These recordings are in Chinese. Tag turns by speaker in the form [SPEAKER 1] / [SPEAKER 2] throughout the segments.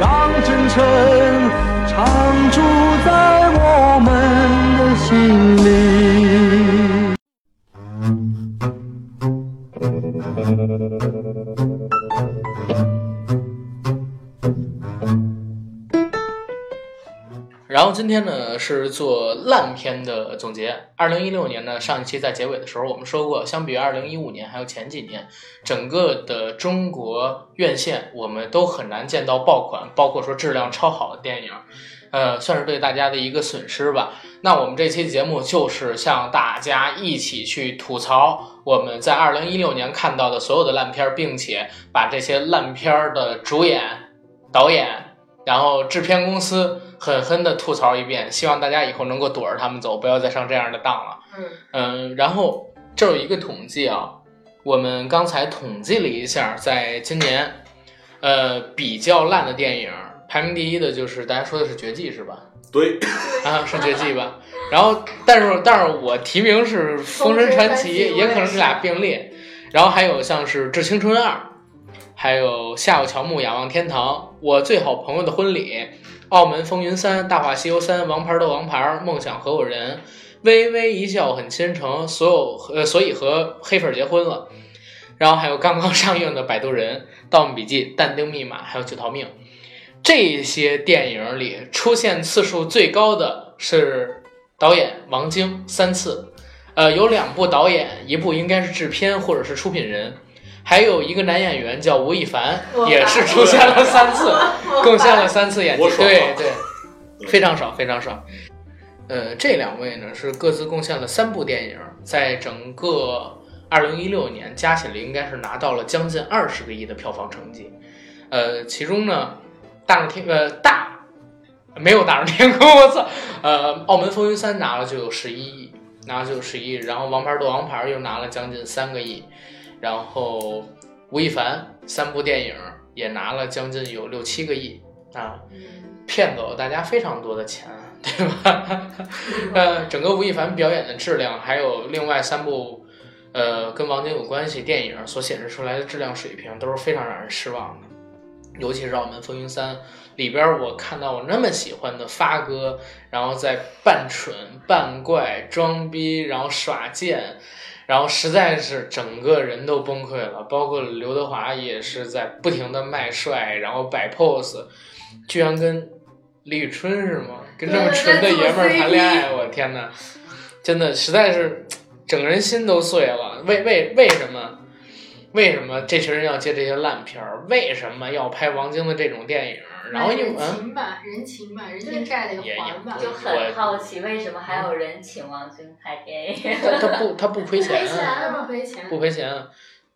[SPEAKER 1] 让真诚常驻在我们的心里。
[SPEAKER 2] 然后今天呢是做烂片的总结。二零一六年呢，上一期在结尾的时候我们说过，相比于二零一五年还有前几年，整个的中国院线我们都很难见到爆款，包括说质量超好的电影，呃，算是对大家的一个损失吧。那我们这期节目就是向大家一起去吐槽我们在二零一六年看到的所有的烂片儿，并且把这些烂片儿的主演、导演然后制片公司狠狠的吐槽一遍，希望大家以后能够躲着他们走，不要再上这样的当了。
[SPEAKER 3] 嗯，
[SPEAKER 2] 嗯，然后这有一个统计啊，我们刚才统计了一下，在今年，呃，比较烂的电影排名第一的就是大家说的是《绝技》是吧？
[SPEAKER 4] 对，
[SPEAKER 2] 啊，是《绝技》吧？然后，但是但是我提名是《封神传
[SPEAKER 3] 封神传
[SPEAKER 2] 奇
[SPEAKER 3] 奇》，
[SPEAKER 2] 也可能这俩并列，然后还有像是《致青春二》，还有《夏有乔木仰望天堂》，我最好朋友的婚礼，《澳门风云三》，《大话西游三》，《王牌的王牌》，《梦想合伙人》，《微微一笑很倾城》，所有呃，所以和黑粉结婚了。然后还有刚刚上映的《摆渡人》《盗墓笔记》《但丁密码》，还有《九条命》。这些电影里出现次数最高的是导演王晶三次，呃，有两部导演，一部应该是制片或者是出品人，还有一个男演员叫吴亦凡，
[SPEAKER 3] 我
[SPEAKER 2] 也是出现了三次，贡献了三次演技
[SPEAKER 4] 我，爽
[SPEAKER 2] 对
[SPEAKER 4] 了
[SPEAKER 2] 对，非常少非常少。呃，这两位呢是各自贡献了三部电影，在整个二零一六年加起来应该是拿到了将近二十个亿的票房成绩。呃，其中呢，大闹天呃大没有大闹天宫，我操，呃，澳门风云三拿了就有十一亿，拿了就有十一亿，然后王牌对王牌又拿了将近三个亿，然后吴亦凡三部电影也拿了将近有六七个亿啊，
[SPEAKER 5] 嗯
[SPEAKER 2] 骗走了大家非常多的钱，啊对吧？ 呃，整个吴亦凡表演的质量，还有另外三部。呃，跟王晶有关系，电影所显示出来的质量水平都是非常让人失望的。尤其是《澳门风云三》里边儿，我看到我那么喜欢的发哥，然后在扮蠢、扮怪、装逼，然后耍贱，然后实在是整个人都崩溃了。包括刘德华也是在不停的卖帅，然后摆 pose，居然跟李宇春是吗？跟这么纯的爷们儿谈恋爱，我天哪！真的实在是整个人心都碎了。为为为什么？为什么这群人要接这些烂片儿？为什么要拍王晶的这种电影？然后因为
[SPEAKER 3] 人情吧，人情吧，人家债得还 吧
[SPEAKER 2] 也。
[SPEAKER 4] 就很好奇为什么还有人请王晶拍电影。
[SPEAKER 2] 他他不他不亏
[SPEAKER 3] 不
[SPEAKER 2] 钱
[SPEAKER 3] 赔钱
[SPEAKER 5] 嗯
[SPEAKER 3] 啊，不赔钱。
[SPEAKER 2] 嗯不赔钱。啊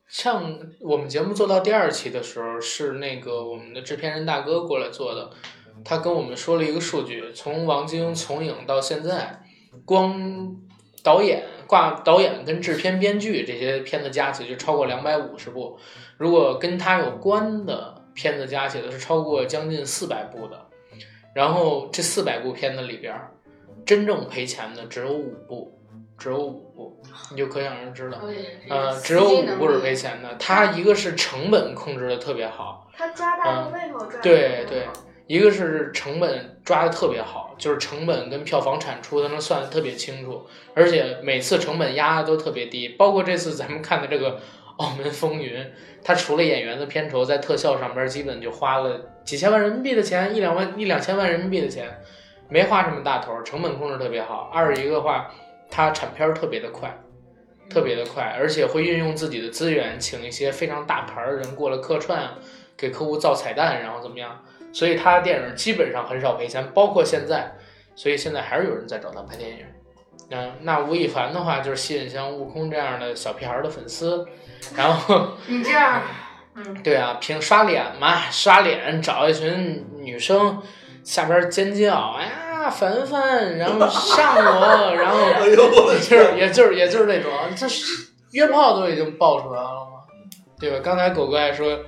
[SPEAKER 2] 像我们节目做到第二期的时候，是那个我们的制片人大哥过来做的，他跟我们说了一个数据，从王晶从影到现在，光导演挂导演跟制片、编剧这些片子加起来就超过两百五十部，如果跟他有关的片子加起来是超过将近四百部的，然后这四百部片子里边儿，真正赔钱的只有五部，只有五部，你就可想而知了。
[SPEAKER 3] 导演
[SPEAKER 5] 嗯
[SPEAKER 3] 这个
[SPEAKER 2] 呃，
[SPEAKER 3] 司
[SPEAKER 2] 只有
[SPEAKER 3] 机
[SPEAKER 2] 五
[SPEAKER 3] 能
[SPEAKER 2] 部是
[SPEAKER 3] 力
[SPEAKER 2] 赔钱的。它一个是成本控制的特别好，
[SPEAKER 5] 他抓大陆胃口，抓
[SPEAKER 2] 嗯对
[SPEAKER 5] 得
[SPEAKER 2] 对
[SPEAKER 5] 好
[SPEAKER 2] 一个是成本抓的特别好，就是成本跟票房产出它能算的特别清楚，而且每次成本压的都特别低。包括这次咱们看的这个《澳门风云》，它除了演员的片酬，在特效上边基本就花了几千万人民币的钱，一两万一两千万人民币的钱，没花什么大头，成本控制特别好。二一个话，它产片儿特别的快。特别的快，而且会运用自己的资源，请一些非常大牌儿的人过来客串，啊给客户造彩蛋，然后怎么样？所以他的电影基本上很少赔钱，包括现在，所以现在还是有人在找他拍电影。嗯，那吴亦凡的话就是吸引像悟空这样的小屁孩儿的粉丝，然后
[SPEAKER 3] 你这样，嗯，
[SPEAKER 2] 对啊，凭刷脸嘛，刷脸找一群女生下边尖叫，哎呀，凡凡，然后上我，然后就是也就是也就是那种，这是约炮都已经爆出来了吗？对吧？刚才狗哥还说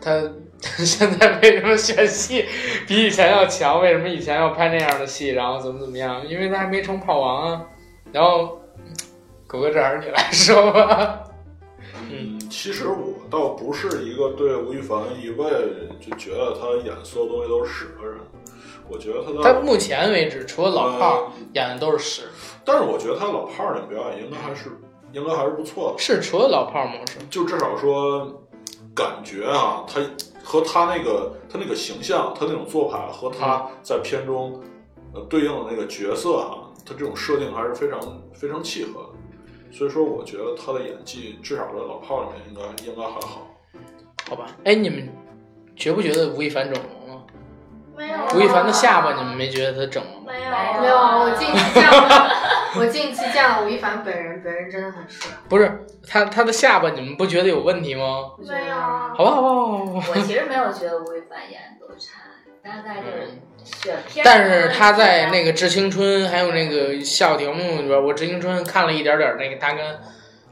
[SPEAKER 2] 他现在为什么选戏比以前要强？为什么以前要拍那样的戏？然后怎么怎么样？因为他还没成炮王啊。然后狗哥这还是你来说吧。
[SPEAKER 6] 嗯，其实我倒不是一个对吴亦凡一味就觉得他演所有东西都是屎的人，我觉得他
[SPEAKER 2] 他
[SPEAKER 6] 在，
[SPEAKER 2] 目前为止除了老炮儿
[SPEAKER 6] 呃
[SPEAKER 2] 演的都是屎。
[SPEAKER 6] 但是我觉得他老炮儿那表演应该还是应该还是不错的，
[SPEAKER 2] 是除了老炮儿模式，
[SPEAKER 6] 就至少说感觉啊，他和他那个他那个形象，他那种做派和他在片中呃对应的那个角色啊，他这种设定还是非常非常契合的。所以说，我觉得他的演技至少在老炮儿里面应该应该还好。
[SPEAKER 2] 好吧？哎，你们觉不觉得吴亦凡整容了？
[SPEAKER 5] 没有
[SPEAKER 2] 吴亦
[SPEAKER 5] 啊
[SPEAKER 2] 凡的下巴，你们没觉得他整了吗？
[SPEAKER 5] 没有
[SPEAKER 4] 没
[SPEAKER 5] 啊
[SPEAKER 3] 没有，我 近期见了，我近期见了吴亦凡本人，本人真的很帅。
[SPEAKER 2] 不是，他他的下巴，你们不觉得有问题吗？
[SPEAKER 4] 我觉得
[SPEAKER 5] 没有啊，
[SPEAKER 2] 好吧，好吧，好吧好吧。
[SPEAKER 4] 我其实没有觉得吴亦凡演的多差，但是在这个选片，
[SPEAKER 2] 但是他在那个《致青春》还有那个《笑傲铁幕》里边，我《致青春》看了一点点那个他跟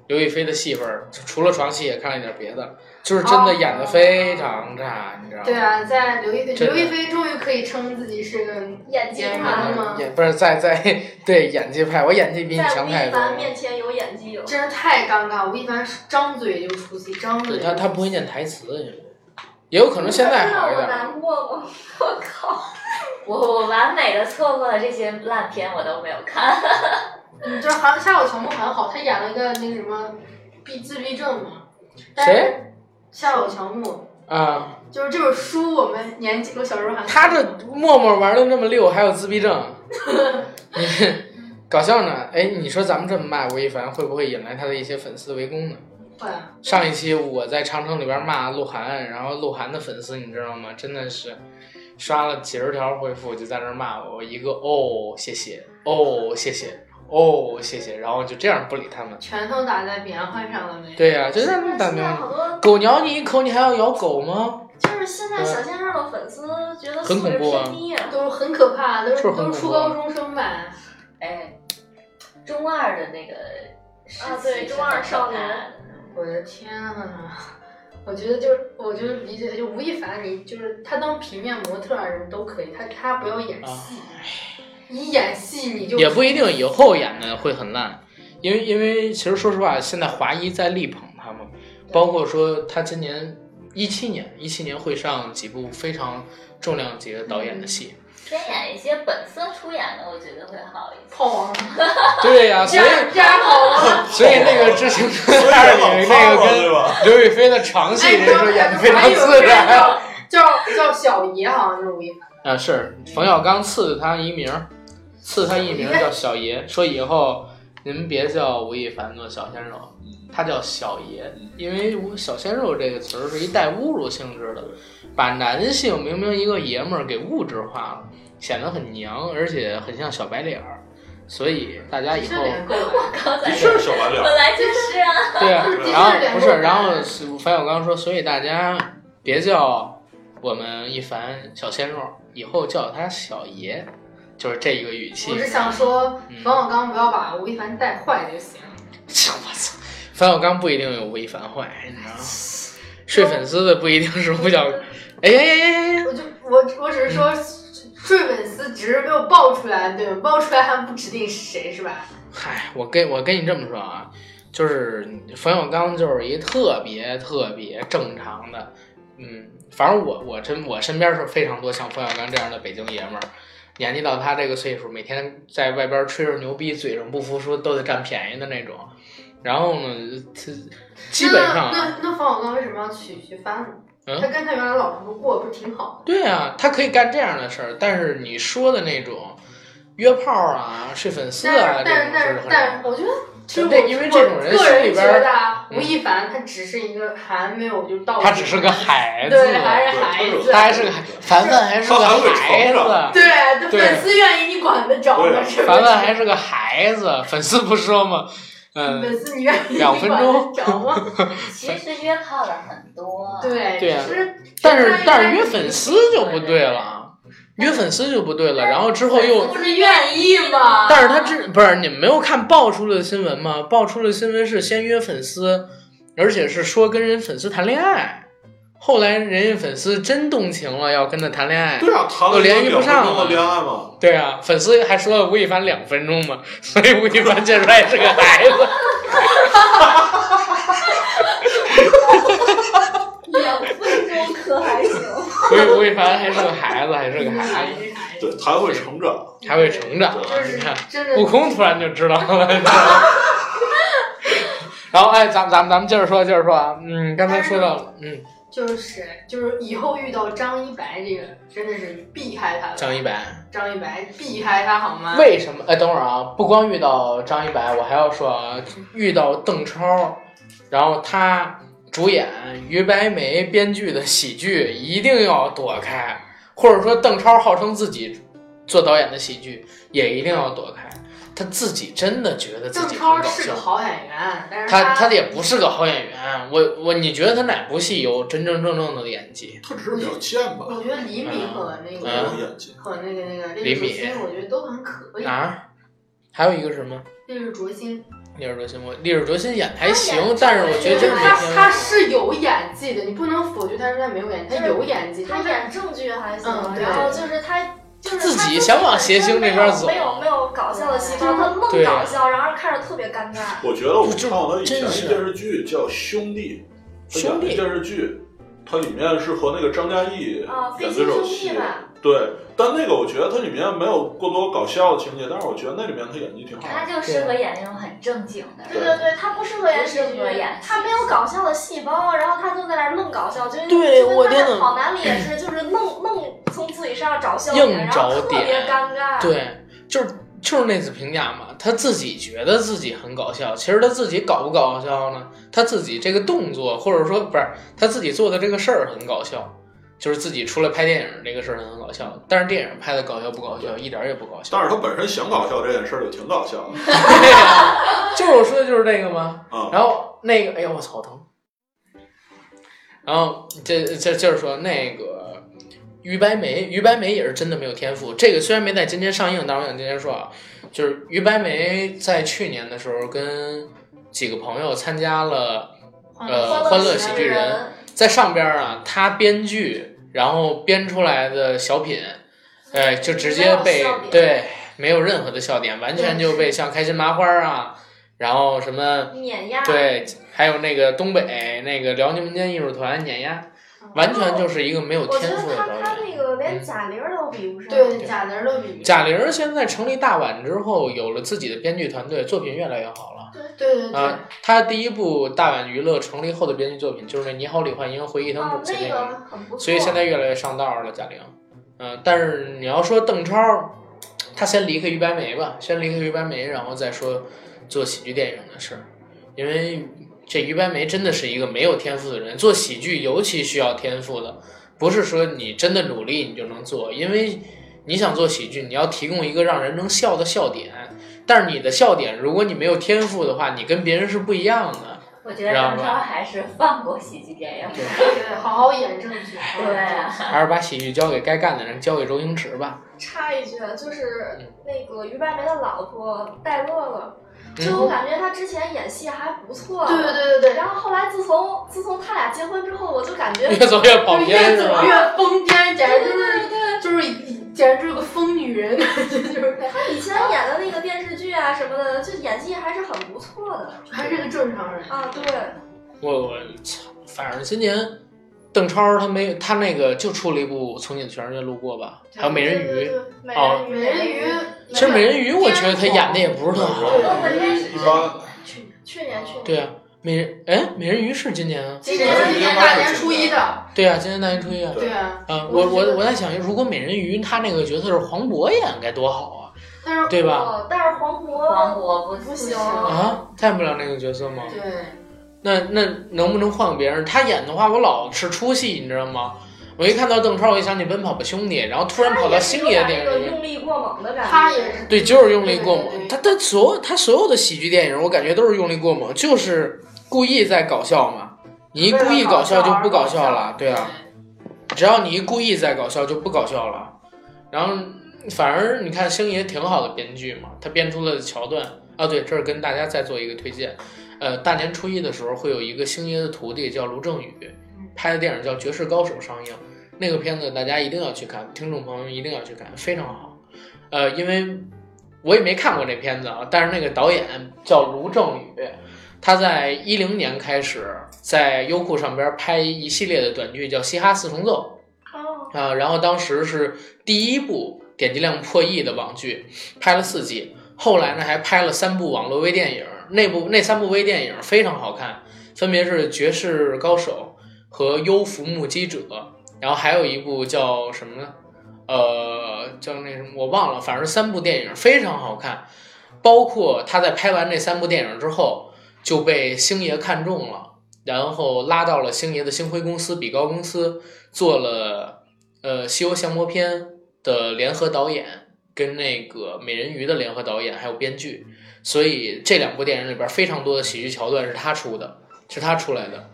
[SPEAKER 2] 刘亦菲的戏份儿，除了床戏也看了一点别的，就是真
[SPEAKER 5] 哦
[SPEAKER 2] 的演的非常差，你知道吗？
[SPEAKER 3] 对啊，在刘亦菲，
[SPEAKER 2] 真的
[SPEAKER 3] 刘亦菲终于可以称自己是个
[SPEAKER 5] 演技
[SPEAKER 3] 演
[SPEAKER 5] 派
[SPEAKER 3] 员了
[SPEAKER 5] 吗？
[SPEAKER 3] 吗？
[SPEAKER 2] 嗯也不是在在 对演技派，我演技比你
[SPEAKER 5] 在
[SPEAKER 2] 强
[SPEAKER 5] 吴
[SPEAKER 2] 太
[SPEAKER 5] 亦
[SPEAKER 2] 多了
[SPEAKER 5] 凡。面前有演技有，
[SPEAKER 3] 真是太尴尬，吴亦凡是张嘴就出戏，张嘴
[SPEAKER 2] 对
[SPEAKER 3] 就
[SPEAKER 2] 他他不会念台词，也有可能现在好一
[SPEAKER 5] 让我
[SPEAKER 2] 点。
[SPEAKER 5] 难过吗？ 我靠！
[SPEAKER 4] 我我完美的错过了这些烂片，我都没有看。
[SPEAKER 3] 嗯就是韩夏有乔木很好，他演了一个那个什么闭自闭症嘛。但
[SPEAKER 2] 谁
[SPEAKER 3] 是？夏有乔木，
[SPEAKER 2] 啊，
[SPEAKER 3] 就是这本书，我们年纪我小时候还
[SPEAKER 2] 他这默默玩的那么溜，还有自闭症，你搞笑呢？哎，你说咱们这么骂吴亦凡，会不会引来他的一些粉丝围攻呢？
[SPEAKER 3] 会啊
[SPEAKER 2] 上一期我在长城里边骂鹿晗，然后鹿晗的粉丝你知道吗？真的是刷了几十条回复，就在那儿骂我，我一个哦谢谢，哦谢谢，哦谢谢，然后就这样不理他们。
[SPEAKER 3] 拳头打在棉花上了没？
[SPEAKER 2] 对呀、就让他们
[SPEAKER 5] 现
[SPEAKER 2] 打
[SPEAKER 5] 在
[SPEAKER 2] 明
[SPEAKER 5] 现在好多
[SPEAKER 2] 狗咬你一口，你还要咬狗吗？
[SPEAKER 5] 就是现在小鲜肉的粉丝觉得
[SPEAKER 2] 很
[SPEAKER 5] 素质
[SPEAKER 2] 恐怖啊
[SPEAKER 5] 偏低啊，
[SPEAKER 3] 都是很可怕，都
[SPEAKER 2] 就
[SPEAKER 3] 是
[SPEAKER 2] 是很
[SPEAKER 3] 都是初
[SPEAKER 2] 恐怖啊
[SPEAKER 3] 高中生吧。
[SPEAKER 4] 哎，中二的那个时期
[SPEAKER 5] 啊对中二少年
[SPEAKER 4] 是很可怕的
[SPEAKER 3] 我的天啊！我觉得就是，我觉得理解就吴亦凡，你就是他当平面模特儿人都可以，他他不要演戏，你演戏你就
[SPEAKER 2] 啊也不一定以后演的会很烂，因为因为其实说实话，现在华谊在力捧他们，包括说他今年一七年一七年会上几部非常重量级的导演
[SPEAKER 3] 嗯
[SPEAKER 2] 的戏。
[SPEAKER 4] 先演一些本色出演的，我觉得会好一些。
[SPEAKER 3] 炮
[SPEAKER 2] 啊
[SPEAKER 3] 王，
[SPEAKER 2] 对呀、
[SPEAKER 3] 这
[SPEAKER 2] 所以
[SPEAKER 3] 样这样 好吗？
[SPEAKER 2] 所以那个《致青春二》里那个跟
[SPEAKER 6] 吧？
[SPEAKER 2] 刘亦菲的床戏，
[SPEAKER 3] 哎，
[SPEAKER 2] 人说演的非常自然。
[SPEAKER 3] 叫叫叫小爷，好像是吴亦凡。
[SPEAKER 2] 啊，是冯小刚赐他一名儿，赐他一名儿叫小爷，说以后您别叫吴亦凡做小鲜肉，
[SPEAKER 6] 嗯
[SPEAKER 2] 他叫小爷
[SPEAKER 6] 嗯，
[SPEAKER 2] 因为“小鲜肉”这个词儿是一带侮辱性质的，把男性明明一个爷们儿给物质化了，显得很娘，而且很像小白脸儿，所以大家以
[SPEAKER 3] 是
[SPEAKER 2] 后
[SPEAKER 3] 脸够
[SPEAKER 5] 刚才
[SPEAKER 6] 的确是小白脸
[SPEAKER 5] 本
[SPEAKER 6] 儿，
[SPEAKER 5] 来就是啊，
[SPEAKER 2] 对啊，
[SPEAKER 6] 对
[SPEAKER 2] 然
[SPEAKER 3] 这
[SPEAKER 2] 后
[SPEAKER 3] 两
[SPEAKER 2] 不
[SPEAKER 3] 个
[SPEAKER 2] 是，
[SPEAKER 3] 人
[SPEAKER 2] 然后是樊小刚说，所以大家别叫我们一凡小鲜肉，以后叫他小爷，就是这一个语气
[SPEAKER 3] 我。是想说
[SPEAKER 2] 嗯，
[SPEAKER 3] 冯小刚不要把吴亦凡带坏就行。
[SPEAKER 2] 我操，樊小刚不一定有吴亦凡坏，你知道吗？睡粉丝的不一定是吴小，哎呀呀呀呀呀！
[SPEAKER 3] 我就我我只
[SPEAKER 2] 嗯
[SPEAKER 3] 是说，睡粉丝只是没有爆出来，对吧？爆出来还不指定是谁，是吧？
[SPEAKER 2] 嗨，我跟我跟你这么说啊，就是冯小刚就是一特别特别正常的，嗯，反正我我真我身边是非常多像冯小刚这样的北京爷们儿，年纪到他这个岁数，每天在外边吹着牛逼，嘴上不服输，都得占便宜的那种。然后呢，他基本上啊
[SPEAKER 3] 那那那冯小刚为什么要娶徐帆呢？
[SPEAKER 2] 嗯
[SPEAKER 3] 他跟他原来老婆过不是挺好
[SPEAKER 2] 对啊，他可以干这样的事儿，但是你说的那种约炮啊、睡粉丝啊
[SPEAKER 3] 的？
[SPEAKER 2] 这
[SPEAKER 3] 但是
[SPEAKER 2] 种
[SPEAKER 3] 但
[SPEAKER 2] 事
[SPEAKER 3] 是
[SPEAKER 2] 儿很
[SPEAKER 3] 但
[SPEAKER 2] 少。
[SPEAKER 3] 是，我觉得其实
[SPEAKER 2] 对
[SPEAKER 3] 我
[SPEAKER 2] 因为这种人
[SPEAKER 3] 我个
[SPEAKER 2] 心里
[SPEAKER 3] 人觉
[SPEAKER 2] 边
[SPEAKER 3] 得啊
[SPEAKER 2] 嗯
[SPEAKER 3] 吴亦凡他只是一个还没有就到，
[SPEAKER 2] 他只是个孩子，
[SPEAKER 3] 对，还是孩
[SPEAKER 6] 对他
[SPEAKER 3] 子，
[SPEAKER 6] 是
[SPEAKER 2] 他还是个孩，凡凡还是个孩
[SPEAKER 6] 他还
[SPEAKER 2] 子，
[SPEAKER 3] 对，
[SPEAKER 2] 对
[SPEAKER 3] 粉丝愿意你管得着吗？
[SPEAKER 6] 对
[SPEAKER 3] 是
[SPEAKER 2] 凡
[SPEAKER 3] 不
[SPEAKER 2] 凡
[SPEAKER 3] 是？
[SPEAKER 2] 还是个孩子，粉丝不说吗？嗯，
[SPEAKER 3] 粉丝你愿意你
[SPEAKER 2] 两
[SPEAKER 3] 管
[SPEAKER 2] 分
[SPEAKER 3] 得着吗？
[SPEAKER 4] 其实约炮的很多，，
[SPEAKER 3] 对，
[SPEAKER 2] 对啊
[SPEAKER 3] 只是
[SPEAKER 2] 但是但是约粉丝就不对了，约粉丝就不对了，然后之后又。
[SPEAKER 3] 不是愿意吗？
[SPEAKER 2] 但是他这不是你们没有看爆出的新闻吗？爆出的新闻是先约粉丝，而且是说跟人粉丝谈恋爱，后来人家粉丝真动情了，要跟他谈恋爱。
[SPEAKER 6] 对啊，谈了
[SPEAKER 2] 又联系不
[SPEAKER 6] 两分
[SPEAKER 2] 上
[SPEAKER 6] 钟的
[SPEAKER 2] 了
[SPEAKER 6] 恋爱嘛，
[SPEAKER 2] 对啊，粉丝还说了吴亦凡两分钟嘛，所以吴亦凡这出来是个孩子。
[SPEAKER 5] 两分钟可还行？
[SPEAKER 2] 所以吴亦凡还是个孩子，还是个孩子，
[SPEAKER 6] 对，他会成长，
[SPEAKER 2] 还会成长。啊
[SPEAKER 3] 就
[SPEAKER 2] 你
[SPEAKER 3] 是
[SPEAKER 2] 看，
[SPEAKER 3] 真的
[SPEAKER 2] 悟空突然就知道了。你知道吗 然后，哎，咱们咱们咱们接着说，接着说啊，嗯，刚才说到了，嗯，
[SPEAKER 3] 就是就是以后遇到张一白这个，真的是避开他了。
[SPEAKER 2] 张一白，
[SPEAKER 3] 张一白避开他好吗？
[SPEAKER 2] 为什么？哎，等会儿啊，不光遇到张一白，我还要说啊，遇到邓超，然后他主演于白眉编剧的喜剧，一定要躲开，或者说邓超号称自己做导演的喜剧，也一定要躲开。他自己真的觉得自
[SPEAKER 3] 邓
[SPEAKER 2] 己
[SPEAKER 3] 超
[SPEAKER 2] 很搞
[SPEAKER 3] 是
[SPEAKER 2] 笑
[SPEAKER 3] 个，好演员，但是
[SPEAKER 2] 他
[SPEAKER 3] 他
[SPEAKER 2] 他也不是个好演员。我我你觉得他哪部戏有真真正正的演技？
[SPEAKER 6] 他只是比较贱吧，
[SPEAKER 3] 我觉得李敏和那
[SPEAKER 6] 没有
[SPEAKER 3] 个
[SPEAKER 2] 嗯
[SPEAKER 6] 演技。
[SPEAKER 3] 和那个那个
[SPEAKER 2] 李敏啊
[SPEAKER 3] 烈日灼心我觉得都很可以。
[SPEAKER 2] 哪儿？还有一个是什么？
[SPEAKER 3] 烈日灼心，
[SPEAKER 2] 《烈日灼心》我《烈日灼心》演的还
[SPEAKER 5] 他演
[SPEAKER 2] 行
[SPEAKER 5] 的，
[SPEAKER 2] 但是我觉得真
[SPEAKER 3] 是
[SPEAKER 2] 没
[SPEAKER 3] 他
[SPEAKER 2] 听
[SPEAKER 3] 他是有演技的，你不能否决他说他没有演技，
[SPEAKER 5] 就
[SPEAKER 3] 他
[SPEAKER 5] 是
[SPEAKER 3] 有演技。
[SPEAKER 5] 他
[SPEAKER 3] 就是
[SPEAKER 5] 演正剧还行，
[SPEAKER 3] 嗯对
[SPEAKER 5] 然后就是他。就是
[SPEAKER 2] 自己
[SPEAKER 5] 他
[SPEAKER 2] 想往谐星这边走
[SPEAKER 5] 没有没有搞笑的细胞，他愣
[SPEAKER 2] 对
[SPEAKER 5] 搞笑，然后看着特别尴尬。
[SPEAKER 6] 我觉得我
[SPEAKER 2] 就
[SPEAKER 6] 看过他以前
[SPEAKER 2] 真是
[SPEAKER 6] 一电视剧叫《兄弟》，他演
[SPEAKER 2] 兄
[SPEAKER 6] 的
[SPEAKER 2] 弟
[SPEAKER 6] 电视剧，它里面是和那个张嘉译
[SPEAKER 5] 啊
[SPEAKER 6] 演
[SPEAKER 5] 飞
[SPEAKER 6] 这
[SPEAKER 5] 行
[SPEAKER 6] 首
[SPEAKER 5] 兄弟
[SPEAKER 6] 戏
[SPEAKER 5] 吧，
[SPEAKER 6] 对，但那个我觉得它里面没有过多搞笑的情节，但是我觉得那里面他演技挺好
[SPEAKER 4] 他
[SPEAKER 6] 的。
[SPEAKER 4] 就适合演那种很正经的，
[SPEAKER 5] 对对对，他不适合演喜剧
[SPEAKER 4] 不适合演，
[SPEAKER 5] 他没有搞笑的细胞，然后他就在那儿愣搞笑，就
[SPEAKER 2] 对
[SPEAKER 5] 就跟
[SPEAKER 2] 我
[SPEAKER 5] 他
[SPEAKER 2] 真
[SPEAKER 5] 在
[SPEAKER 2] 的
[SPEAKER 5] 跑男里也是，就是愣愣从自己身上找笑
[SPEAKER 2] 硬
[SPEAKER 5] 点，然
[SPEAKER 2] 找
[SPEAKER 5] 后特别
[SPEAKER 2] 点
[SPEAKER 5] 尴尬。，
[SPEAKER 2] 对，就是就是那次评价嘛，他自己觉得自己很搞笑，其实他自己搞不搞笑呢？他自己这个动作，或者说不是他自己做的这个事儿很搞笑，就是自己出来拍电影这个事儿很搞笑，但是电影拍的搞笑不搞笑，一点儿也不搞笑。
[SPEAKER 6] 但是他本身想搞笑这件事儿就挺搞笑的
[SPEAKER 2] 对呀，就是我说的就是这个吗？
[SPEAKER 6] 啊。
[SPEAKER 2] 然后那个，哎呦我操，疼。然后这这就是说那个于白眉，于白眉也是真的没有天赋。这个虽然没在今天上映，但是我想今天说啊，就是于白眉在去年的时候跟几个朋友参加了呃《欢乐喜剧人》，在上边儿啊，他编剧，然后编出来的小品，呃，就直接
[SPEAKER 5] 没
[SPEAKER 2] 被
[SPEAKER 5] 有笑点
[SPEAKER 2] 对没有任何的笑点，完全
[SPEAKER 3] 对
[SPEAKER 2] 就被像开心麻花啊，然后什么。
[SPEAKER 5] 碾压，
[SPEAKER 2] 对，还有那个东北那个辽宁民间艺术团碾压，
[SPEAKER 5] 哦
[SPEAKER 2] 完全就是一个没有
[SPEAKER 5] 我觉
[SPEAKER 2] 天
[SPEAKER 5] 得
[SPEAKER 2] 赋的
[SPEAKER 5] 他他
[SPEAKER 2] 导演。
[SPEAKER 5] 那个连贾玲儿都比不上。
[SPEAKER 3] 对贾玲儿都比
[SPEAKER 2] 贾玲儿现在成立大碗之后，有了自己的编剧团队，作品越来越好了。
[SPEAKER 3] 对对对
[SPEAKER 2] 啊，她第一部大碗娱乐成立后的编剧作品就是那《你好，李焕英回忆他
[SPEAKER 5] 哦
[SPEAKER 2] 母，亲》
[SPEAKER 5] 那个很不错。
[SPEAKER 2] 所以现在越来越上道了，贾玲。嗯，但是你要说邓超，他先离开于白眉吧，先离开于白眉，然后再说做喜剧电影的事儿，因为这于白梅真的是一个没有天赋的人，做喜剧尤其需要天赋的，不是说你真的努力你就能做，因为你想做喜剧，你要提供一个让人能笑的笑点，但是你的笑点如果你没有天赋的话，你跟别人是不一样的。
[SPEAKER 4] 我觉得
[SPEAKER 2] 知道
[SPEAKER 4] 张
[SPEAKER 2] 吧
[SPEAKER 4] 超还是放过喜剧电影。
[SPEAKER 3] 对，好好演正剧。
[SPEAKER 4] 对啊，
[SPEAKER 2] 还是把喜剧交给该干的人，交给周星驰吧。
[SPEAKER 5] 插一句，啊就是那个于白梅的老婆戴乐乐，就
[SPEAKER 2] 嗯，
[SPEAKER 5] 我感觉她之前演戏还不错。
[SPEAKER 3] 对对对对 对，
[SPEAKER 5] 然后后来自从自从他俩结婚之后，我就感觉
[SPEAKER 2] 越走越跑
[SPEAKER 3] 就
[SPEAKER 2] 偏
[SPEAKER 3] 越
[SPEAKER 2] 是
[SPEAKER 3] 走
[SPEAKER 2] 吧？
[SPEAKER 3] 越疯癫，简直就是
[SPEAKER 5] 对对，
[SPEAKER 3] 就是简直就是个疯女人，感觉就是
[SPEAKER 5] 她以前演的那个电视剧啊什么的，就演技还是很不错的
[SPEAKER 3] 还是个正常人。
[SPEAKER 5] 啊。对，
[SPEAKER 2] 我我操，反正今年邓超他没他那个就出了一部《从你的全世界路过》吧，还有《美人鱼》。
[SPEAKER 5] 对，对对美
[SPEAKER 2] 哦
[SPEAKER 5] 人鱼，
[SPEAKER 3] 美人鱼，
[SPEAKER 2] 其实美人鱼我觉得他演的也不是特好。
[SPEAKER 6] 一般
[SPEAKER 5] 去年去年
[SPEAKER 2] 对啊，美人哎，美人鱼是今年啊？
[SPEAKER 3] 今年今年大年初一的，
[SPEAKER 2] 对啊，今年大年初一啊。
[SPEAKER 3] 对啊，
[SPEAKER 2] 啊，我我我在想，如果美人鱼他那个角色是黄渤演，该多好啊，
[SPEAKER 3] 但是
[SPEAKER 2] 对吧？
[SPEAKER 5] 哦，但是黄
[SPEAKER 4] 黄
[SPEAKER 5] 渤
[SPEAKER 4] 渤
[SPEAKER 5] 不
[SPEAKER 4] 不
[SPEAKER 5] 行，
[SPEAKER 2] 啊，带不了那个角色吗？
[SPEAKER 3] 对，
[SPEAKER 2] 那那能不能换个别人？他演的话，我老是出戏，你知道吗？我一看到邓超，我就想起《奔跑吧兄弟》，然后突然跑到星爷电影
[SPEAKER 5] 有点那个
[SPEAKER 2] 里面。
[SPEAKER 5] 用力过猛的感觉。
[SPEAKER 3] 他也是
[SPEAKER 2] 对，就是用力过
[SPEAKER 3] 对对
[SPEAKER 2] 猛。
[SPEAKER 3] 对
[SPEAKER 2] 他他所有他所有的喜剧电影，我感觉都是用力过猛，就是故意在搞笑嘛。你一故意搞笑就不搞笑了，对啊。只要你一故意在搞笑就不搞笑了。然后反而你看星爷挺好的编剧嘛，他编出了桥段啊。对，这儿跟大家再做一个推荐，呃，大年初一的时候会有一个星爷的徒弟叫卢正雨，拍的电影叫《绝世高手》上映，那个片子大家一定要去看，听众朋友们一定要去看，非常好。呃，因为我也没看过那片子啊，但是那个导演叫卢正雨。他在一零年开始在优酷上边拍一系列的短剧，叫《嘻哈四重奏》。
[SPEAKER 5] 哦，
[SPEAKER 2] 啊，然后当时是第一部点击量破亿的网剧，拍了四季，后来呢还拍了三部网络微电影，那部那三部微电影非常好看，分别是《绝世高手》和《幽浮目击者》，然后还有一部叫什么呢？呃，叫那什么我忘了，反正三部电影非常好看，包括他在拍完这三部电影之后就被星爷看中了。然后拉到了星爷的星辉公司、比高公司，做了呃《西游降魔篇》的联合导演，跟那个《美人鱼》的联合导演还有编剧，所以这两部电影里边非常多的喜剧桥段是他出的，是他出来的。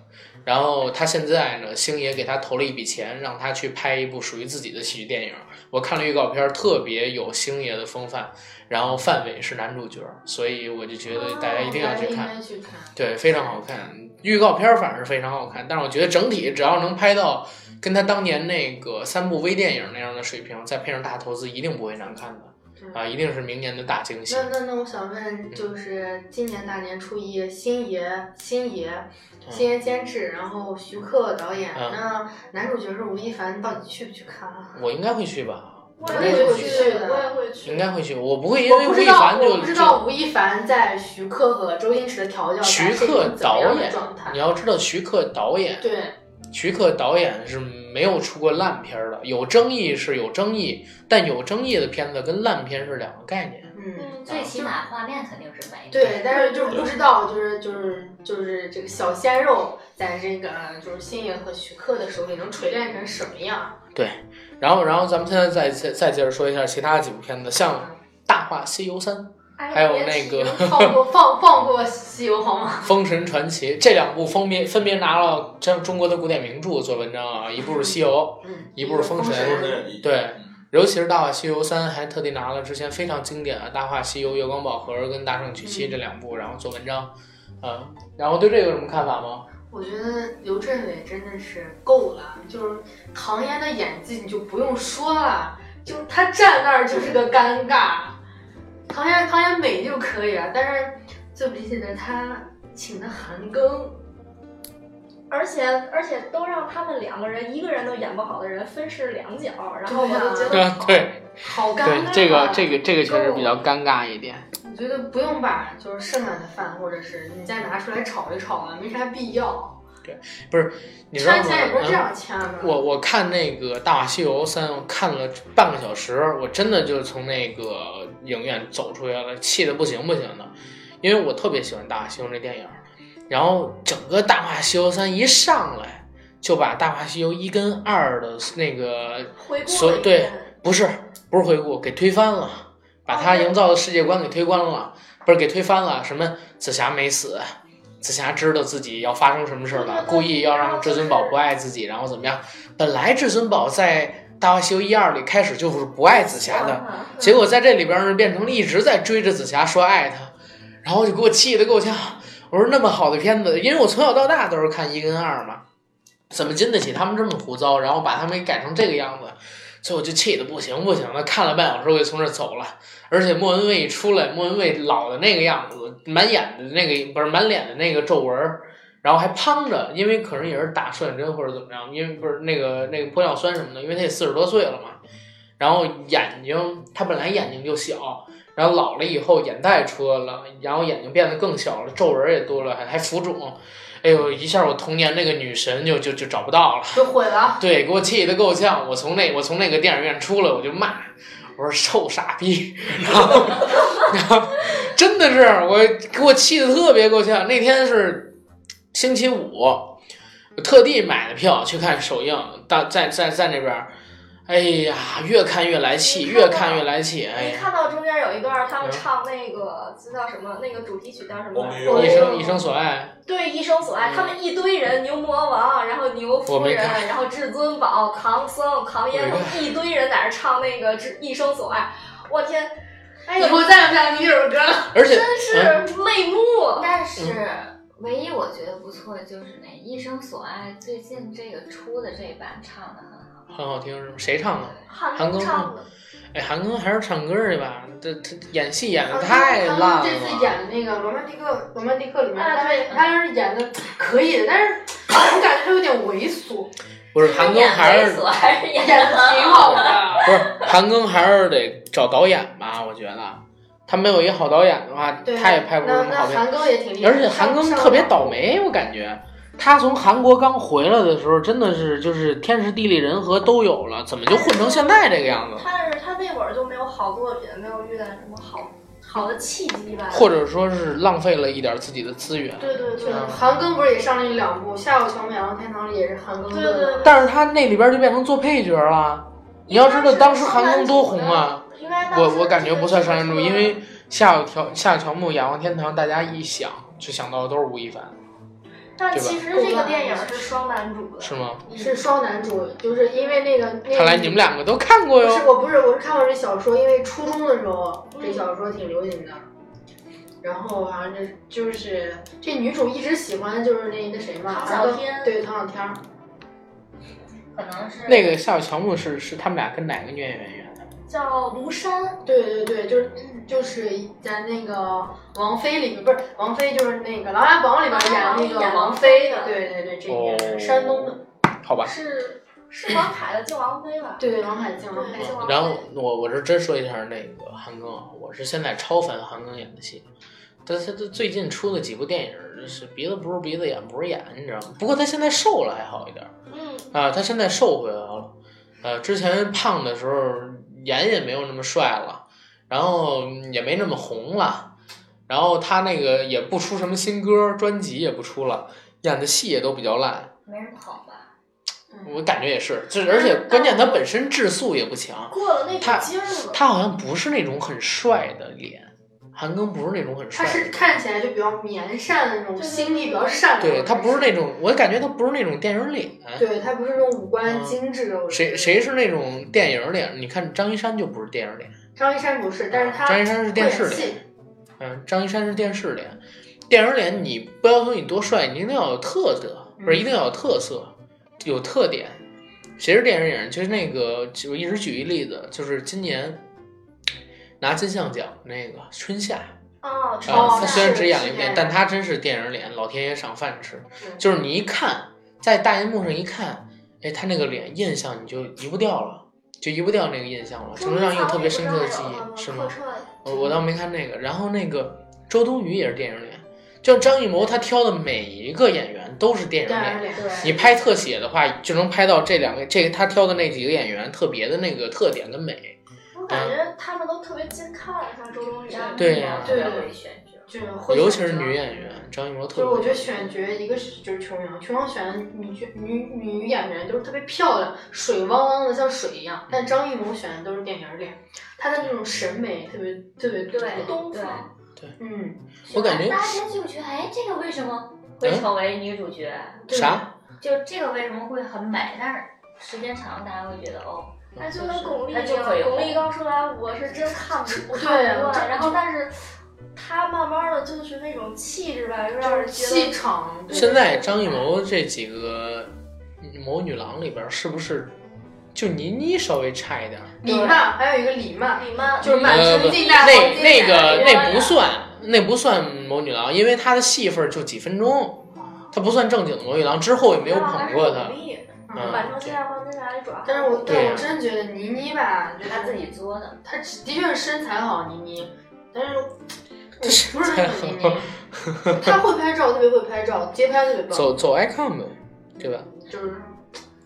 [SPEAKER 2] 然后他现在呢，星爷给他投了一笔钱，让他去拍一部属于自己的喜剧电影。我看了预告片，特别有星爷的风范，然后范伟是男主角，所以我就觉得大家一定要去
[SPEAKER 3] 啊应
[SPEAKER 2] 看。
[SPEAKER 3] 该去看。
[SPEAKER 2] 对，非常好看。预告片儿反而非常好看，但是我觉得整体只要能拍到跟他当年那个三部微电影那样的水平，再配上大投资，一定不会难看的啊！一定是明年的大惊喜
[SPEAKER 3] 那。那那，我想问，就是今年大年初一，星爷、星爷、星爷监制，然后徐克导演，
[SPEAKER 2] 嗯
[SPEAKER 3] 那男主角是吴亦凡，到底去不去看啊？
[SPEAKER 2] 我应该会去吧？
[SPEAKER 5] 我
[SPEAKER 3] 也
[SPEAKER 5] 也
[SPEAKER 3] 会
[SPEAKER 5] 会
[SPEAKER 3] 去
[SPEAKER 5] 去，
[SPEAKER 3] 的
[SPEAKER 5] 我也会去。
[SPEAKER 2] 应该会去。我不会因为
[SPEAKER 3] 我不
[SPEAKER 2] 吴
[SPEAKER 3] 知
[SPEAKER 2] 亦
[SPEAKER 3] 道
[SPEAKER 2] 凡，就
[SPEAKER 3] 我不知道吴亦凡在徐克和周星驰的调
[SPEAKER 2] 就
[SPEAKER 3] 教下
[SPEAKER 2] 徐
[SPEAKER 3] 是
[SPEAKER 2] 克
[SPEAKER 3] 一种怎么
[SPEAKER 2] 导
[SPEAKER 3] 样的
[SPEAKER 2] 演
[SPEAKER 3] 状，态
[SPEAKER 2] 你。要知道徐克导演，
[SPEAKER 3] 对，
[SPEAKER 2] 徐克导演是没有出过烂片儿的，有争议是有争议，但有争议的片子跟烂片是两个概念。
[SPEAKER 3] 嗯，
[SPEAKER 5] 嗯，
[SPEAKER 4] 最起码画面肯定是美的。
[SPEAKER 3] 对，但是就是不知道，就是就是就是这个小鲜肉在这个就是星爷和徐克的手里能锤炼成什么样？
[SPEAKER 2] 对，然后然后咱们现在再再再接着说一下其他几部片子，像《大话西游三》
[SPEAKER 5] 哎
[SPEAKER 2] 还有那个
[SPEAKER 5] 别提
[SPEAKER 3] 放过放放过西游好吗？
[SPEAKER 2] 《封神传奇》这两部分别分别拿了中中国的古典名著做文章啊，一部是《西游
[SPEAKER 3] 嗯，
[SPEAKER 2] 一部是封神
[SPEAKER 6] 都是嗯这一
[SPEAKER 2] 对，》， 尤其是《大话西游三》，还特地拿了之前非常经典的《大话西游》《月光宝盒》跟《大圣娶妻》这两部，然后做文章。嗯，然后对这个有什么看法吗？
[SPEAKER 3] 我觉得刘镇伟真的是够了，就是唐嫣的演技你就不用说了，就她站那儿就是个尴尬。唐嫣唐嫣美就可以了，但是就比起来她请的韩庚，
[SPEAKER 5] 而且而且都让他们两个人，一个人都演不好的人分饰两角，然后我就觉
[SPEAKER 2] 对
[SPEAKER 5] 得
[SPEAKER 2] 啊，对
[SPEAKER 3] 好尴尬
[SPEAKER 2] 对
[SPEAKER 3] 啊。，
[SPEAKER 2] 这个这个这个确实比较尴尬一点。
[SPEAKER 3] 我觉得不用把就是剩下的饭，或者是你再拿出来炒一炒啊，没啥必要。
[SPEAKER 2] 你知道吗
[SPEAKER 3] 圈？钱也不是这
[SPEAKER 2] 嗯
[SPEAKER 3] 样圈的。
[SPEAKER 2] 我我看那个《大话西游三》，我看了半个小时，我真的就从那个影院走出来了，气得不行不行的。因为我特别喜欢《大话西游》这电影儿，然后整个《大话西游三》一上来就把《大话西游》一跟二的那个
[SPEAKER 5] 回顾
[SPEAKER 2] 所
[SPEAKER 5] 了一
[SPEAKER 2] 对
[SPEAKER 5] 遍
[SPEAKER 2] 不是不是回顾，给推翻了，把他营造的世界观给推翻了，不是给推翻了。什么紫霞没死，紫霞知道自己要发生什么事儿了，故意要让至尊宝不爱自己，然后怎么样？本来至尊宝在《大话西游》一二里开始就是不爱紫霞的，
[SPEAKER 5] 啊
[SPEAKER 2] 结果在这里边儿变成了一直在追着紫霞说爱她，然后就给我气得够呛。我说那么好的片子，因为我从小到大都是看一跟二嘛，怎么经得起他们这么胡诌，然后把他们给改成这个样子？所以我就气得不行不行的，看了半小时我就从这儿走了。而且莫文蔚一出来，莫文蔚老的那个样子，满眼的那个不是满脸的那个皱纹儿，然后还胖着，因为可能也是打瘦脸针或者怎么样，因为不是那个那个玻尿酸什么的，因为他也四十多岁了嘛。然后眼睛，他本来眼睛就小，然后老了以后眼袋出来了，然后眼睛变得更小了，皱纹也多了，还还浮肿。哎呦，一下我童年那个女神就就就找不到了。
[SPEAKER 3] 就毁了。
[SPEAKER 2] 对，给我气得够呛。我从那我从那个电影院出来，我就骂，我说臭傻逼，然后然后真的是我给我气得特别够呛。那天是星期五，我特地买的票去看首映，到在在在那边儿，哎呀，越看越来气，越看越来气，哎
[SPEAKER 5] 你
[SPEAKER 2] 呀，
[SPEAKER 5] 看到中间有一段他们
[SPEAKER 2] 嗯
[SPEAKER 5] 唱那个这叫什么？那个主题曲叫什么？
[SPEAKER 6] 我没有
[SPEAKER 2] 一生一生所爱，
[SPEAKER 5] 对，一生所爱，他们一堆人，牛魔王，然后牛
[SPEAKER 2] 嗯
[SPEAKER 5] 夫人
[SPEAKER 2] 我没，看
[SPEAKER 5] 然后至尊宝、唐僧、唐嫣，他
[SPEAKER 2] 我没
[SPEAKER 5] 们一堆人在那儿唱那个《一生所爱》，我天，哎
[SPEAKER 3] 以
[SPEAKER 5] 呦，
[SPEAKER 3] 后再也不想听这首歌了。
[SPEAKER 2] 而且
[SPEAKER 5] 真是
[SPEAKER 2] 嗯
[SPEAKER 5] 泪目。
[SPEAKER 4] 但是唯一我觉得不错的就是那《一生所爱》最近这个出的这版唱的很好，
[SPEAKER 2] 很好听，是吗？谁唱的？
[SPEAKER 5] 韩
[SPEAKER 2] 韩
[SPEAKER 5] 庚
[SPEAKER 2] 庚
[SPEAKER 5] 唱的，
[SPEAKER 2] 哎，韩庚还是唱歌去吧，这他演戏演的
[SPEAKER 3] 唐
[SPEAKER 2] 哎太烂了
[SPEAKER 3] 唐。哎这次演的那个《罗曼蒂克》《罗曼蒂克》里面，
[SPEAKER 5] 啊
[SPEAKER 3] 他
[SPEAKER 5] 对
[SPEAKER 3] 他是演的可以的，但是 我感觉他有点猥琐，
[SPEAKER 2] 不是韩庚还是
[SPEAKER 4] 所还是演
[SPEAKER 3] 演的挺好的。
[SPEAKER 2] 不是韩庚还是得找导演吧？我觉得他没有一个好导演的话，
[SPEAKER 3] 对，
[SPEAKER 2] 他也拍不出什么好
[SPEAKER 3] 那那
[SPEAKER 2] 片。
[SPEAKER 3] 韩庚也挺厉害，
[SPEAKER 2] 而且韩庚特别倒霉，我感觉他从韩国刚回来的时候，真的是就是天时地利人和都有了，怎么就混成现在这个样子？
[SPEAKER 5] 他是他那会儿就没有好作品，没有遇到什么好好的契机吧？
[SPEAKER 2] 或者说是浪费了一点自己的资源。
[SPEAKER 5] 对对对
[SPEAKER 3] 对，
[SPEAKER 2] 啊
[SPEAKER 3] 韩庚不是也上了两部《夏侯乔美》《然后天堂》里也是韩庚
[SPEAKER 2] 嗯
[SPEAKER 5] 对对对
[SPEAKER 3] 的，
[SPEAKER 2] 但是他那里边就变成做配角了。你要知道当时韩庚多红啊！
[SPEAKER 5] 应该当时
[SPEAKER 2] 我我感觉不算上
[SPEAKER 5] 上
[SPEAKER 2] 原著，因为夏有条夏有乔木、仰望天堂，大家一想就想到的都是吴亦凡，
[SPEAKER 5] 但
[SPEAKER 2] 对吧
[SPEAKER 5] 其实这个电影是双男主的，
[SPEAKER 2] 是吗？
[SPEAKER 3] 是双男主，就是因为那个那
[SPEAKER 2] 看来你们两个都看过
[SPEAKER 3] 不
[SPEAKER 2] 哟
[SPEAKER 3] 是，。我不是，我是看过这小说，因为初中的时候这小说挺流行的。然后好像这就是这女主一直喜欢的就是那那谁嘛，
[SPEAKER 5] 唐
[SPEAKER 3] 然后
[SPEAKER 5] 小天
[SPEAKER 3] 对唐小天儿，
[SPEAKER 4] 可能是
[SPEAKER 2] 那个夏有乔木是是他们俩跟哪个女演员演的？
[SPEAKER 5] 叫庐山，
[SPEAKER 3] 对对对，就是就是咱那个王菲里面不是王菲，就是那个《琅琊榜》里边演那个王菲的，对对对，这应该是山东的，
[SPEAKER 2] 哦好吧。
[SPEAKER 5] 是是王凯的靖王妃吧？
[SPEAKER 3] 对对王海静，王海
[SPEAKER 5] 对，靖
[SPEAKER 3] 静，
[SPEAKER 5] 王妃。
[SPEAKER 2] 然后我我是真说一下那个韩庚啊，我是现在超烦韩庚演的戏，但是他他最近出的几部电影就是鼻子不是鼻子眼不是眼，你知道吗？不过他现在瘦了还好一点。
[SPEAKER 5] 嗯，
[SPEAKER 2] 啊，他现在瘦回来了。呃，之前胖的时候颜也没有那么帅了，然后也没那么红了，然后他那个也不出什么新歌，专辑也不出了，演的戏也都比较烂。
[SPEAKER 4] 没人捧吧？
[SPEAKER 3] 嗯
[SPEAKER 2] 我感觉也是，就是而且关键他本身质素也不强，
[SPEAKER 5] 过了那
[SPEAKER 2] 他
[SPEAKER 5] 股劲儿了。
[SPEAKER 2] 他好像不是那种很帅的脸，韩庚不是那种很帅
[SPEAKER 3] 她
[SPEAKER 2] 的
[SPEAKER 3] 是
[SPEAKER 2] 脸。
[SPEAKER 3] 看起来就比较绵善的那种，心地比较善良，
[SPEAKER 2] 对他不是那种，我感觉他不是那种电影脸。
[SPEAKER 3] 对她不是那种五官精致的，我觉
[SPEAKER 2] 嗯谁
[SPEAKER 3] 得
[SPEAKER 2] 谁是那种电影脸？你看张一山就不是电影脸。
[SPEAKER 3] 张一山不是，但是他
[SPEAKER 2] 张一山是电视
[SPEAKER 3] 会演戏
[SPEAKER 2] 脸，嗯，张一山是电视脸，电影脸你不要求你多帅，你一定要有特色，不是一定要有特色，有特点。谁是电影演员？就是那个，我一直举一例子，就是今年拿金像奖那个春夏，
[SPEAKER 5] 哦，
[SPEAKER 2] 啊，
[SPEAKER 3] 哦
[SPEAKER 2] 他
[SPEAKER 3] 那
[SPEAKER 2] 虽然只演了一
[SPEAKER 3] 是
[SPEAKER 2] 遍，
[SPEAKER 3] 是
[SPEAKER 2] 但他真是电影脸，老天爷赏饭吃。
[SPEAKER 3] 嗯
[SPEAKER 2] 就是你一看，在大荧幕上一看，哎，他那个脸印象你就移不掉了，就移不掉那个印象了，只能让你有特别深刻的记忆，
[SPEAKER 3] 嗯
[SPEAKER 2] 是吗？？我我倒没看那个。然后那个周冬雨也是电影脸，就张艺谋他挑的每一个演员都是电影
[SPEAKER 3] 电
[SPEAKER 2] 脸
[SPEAKER 3] 影。脸，
[SPEAKER 2] 你拍特写的话，就能拍到这两个，这个他挑的那几个演员特别的那个特点跟美。
[SPEAKER 5] 我感觉他们都特别近看，像周冬雨啊，
[SPEAKER 2] 对呀
[SPEAKER 4] 特别会选角，
[SPEAKER 3] 就是会
[SPEAKER 2] 尤其是
[SPEAKER 3] 选择
[SPEAKER 2] 女演员张艺谋
[SPEAKER 3] 就
[SPEAKER 2] 特
[SPEAKER 3] 是
[SPEAKER 2] 别，
[SPEAKER 3] 我觉得选角一个是就是琼瑶，琼瑶选的女角女女演员都是特别漂亮，水汪汪的像水一样，
[SPEAKER 2] 嗯
[SPEAKER 3] 但张艺谋选的都是典型脸，他的那种审美特别特别
[SPEAKER 4] 对
[SPEAKER 5] 东
[SPEAKER 4] 对
[SPEAKER 5] 方
[SPEAKER 3] 嗯，
[SPEAKER 2] 我感觉嗯
[SPEAKER 4] 大家觉得就觉得，哎，这个为什么会成为女主角？
[SPEAKER 3] 对
[SPEAKER 2] 啥？
[SPEAKER 4] 就这个为什么会很美？但是时间长，了，大家会觉得哦，
[SPEAKER 5] 那就跟巩俐一
[SPEAKER 4] 那就会
[SPEAKER 5] 样，
[SPEAKER 4] 有
[SPEAKER 5] 巩俐刚出来，我是真看不看
[SPEAKER 3] 对
[SPEAKER 5] 不
[SPEAKER 3] 这
[SPEAKER 5] 惯，然后但是她慢慢的就是那种气质吧，又让
[SPEAKER 3] 就是
[SPEAKER 5] 人觉
[SPEAKER 3] 气
[SPEAKER 5] 得
[SPEAKER 3] 场。对
[SPEAKER 2] 现在张艺谋这几个嗯谋女郎里边，是不是就倪妮稍微差一点儿？
[SPEAKER 3] 李曼，还有一个李曼，
[SPEAKER 5] 李曼
[SPEAKER 3] 就是满
[SPEAKER 2] 呃不
[SPEAKER 3] 城尽带黄
[SPEAKER 2] 那
[SPEAKER 3] 金
[SPEAKER 2] 那个
[SPEAKER 3] 眼
[SPEAKER 2] 那不算，那不算谋女郎，因为她的戏份就几分钟，她不算正经的谋女郎，之后也没有捧过她。嗯
[SPEAKER 5] 满城尽带黄金甲里转。
[SPEAKER 3] 但是我
[SPEAKER 2] 对
[SPEAKER 3] 但
[SPEAKER 2] 呀
[SPEAKER 3] 我真觉得倪妮吧，就
[SPEAKER 4] 他
[SPEAKER 3] 她
[SPEAKER 4] 自己作的。
[SPEAKER 3] 她的确是身材好，倪妮，但是我不
[SPEAKER 2] 是
[SPEAKER 3] 是很喜欢倪妮，她会拍照，特别会拍照，街拍特别棒，
[SPEAKER 2] 走走 icon 呗，对吧？
[SPEAKER 3] 就是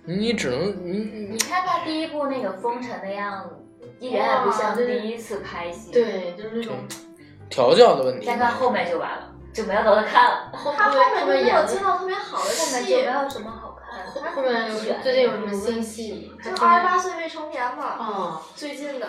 [SPEAKER 2] 你只能你你
[SPEAKER 4] 你看他第一部那个风尘的样子，一点也不像
[SPEAKER 3] 哇对
[SPEAKER 4] 第一次拍戏。，
[SPEAKER 3] 对，就是那种
[SPEAKER 2] 调教的问题
[SPEAKER 4] 再。看后面就完了，就没有得看了，
[SPEAKER 3] 后
[SPEAKER 5] 她后面
[SPEAKER 3] 后
[SPEAKER 5] 就
[SPEAKER 3] 面
[SPEAKER 5] 没
[SPEAKER 3] 演
[SPEAKER 5] 有
[SPEAKER 3] 的
[SPEAKER 5] 接到特别好的
[SPEAKER 4] 后面
[SPEAKER 5] 戏
[SPEAKER 4] 就，没有什么好看
[SPEAKER 3] 后
[SPEAKER 4] 的。
[SPEAKER 3] 后面有最近有什么新戏？
[SPEAKER 5] 就是二十八岁未成年嘛，
[SPEAKER 3] 啊，
[SPEAKER 5] 最近的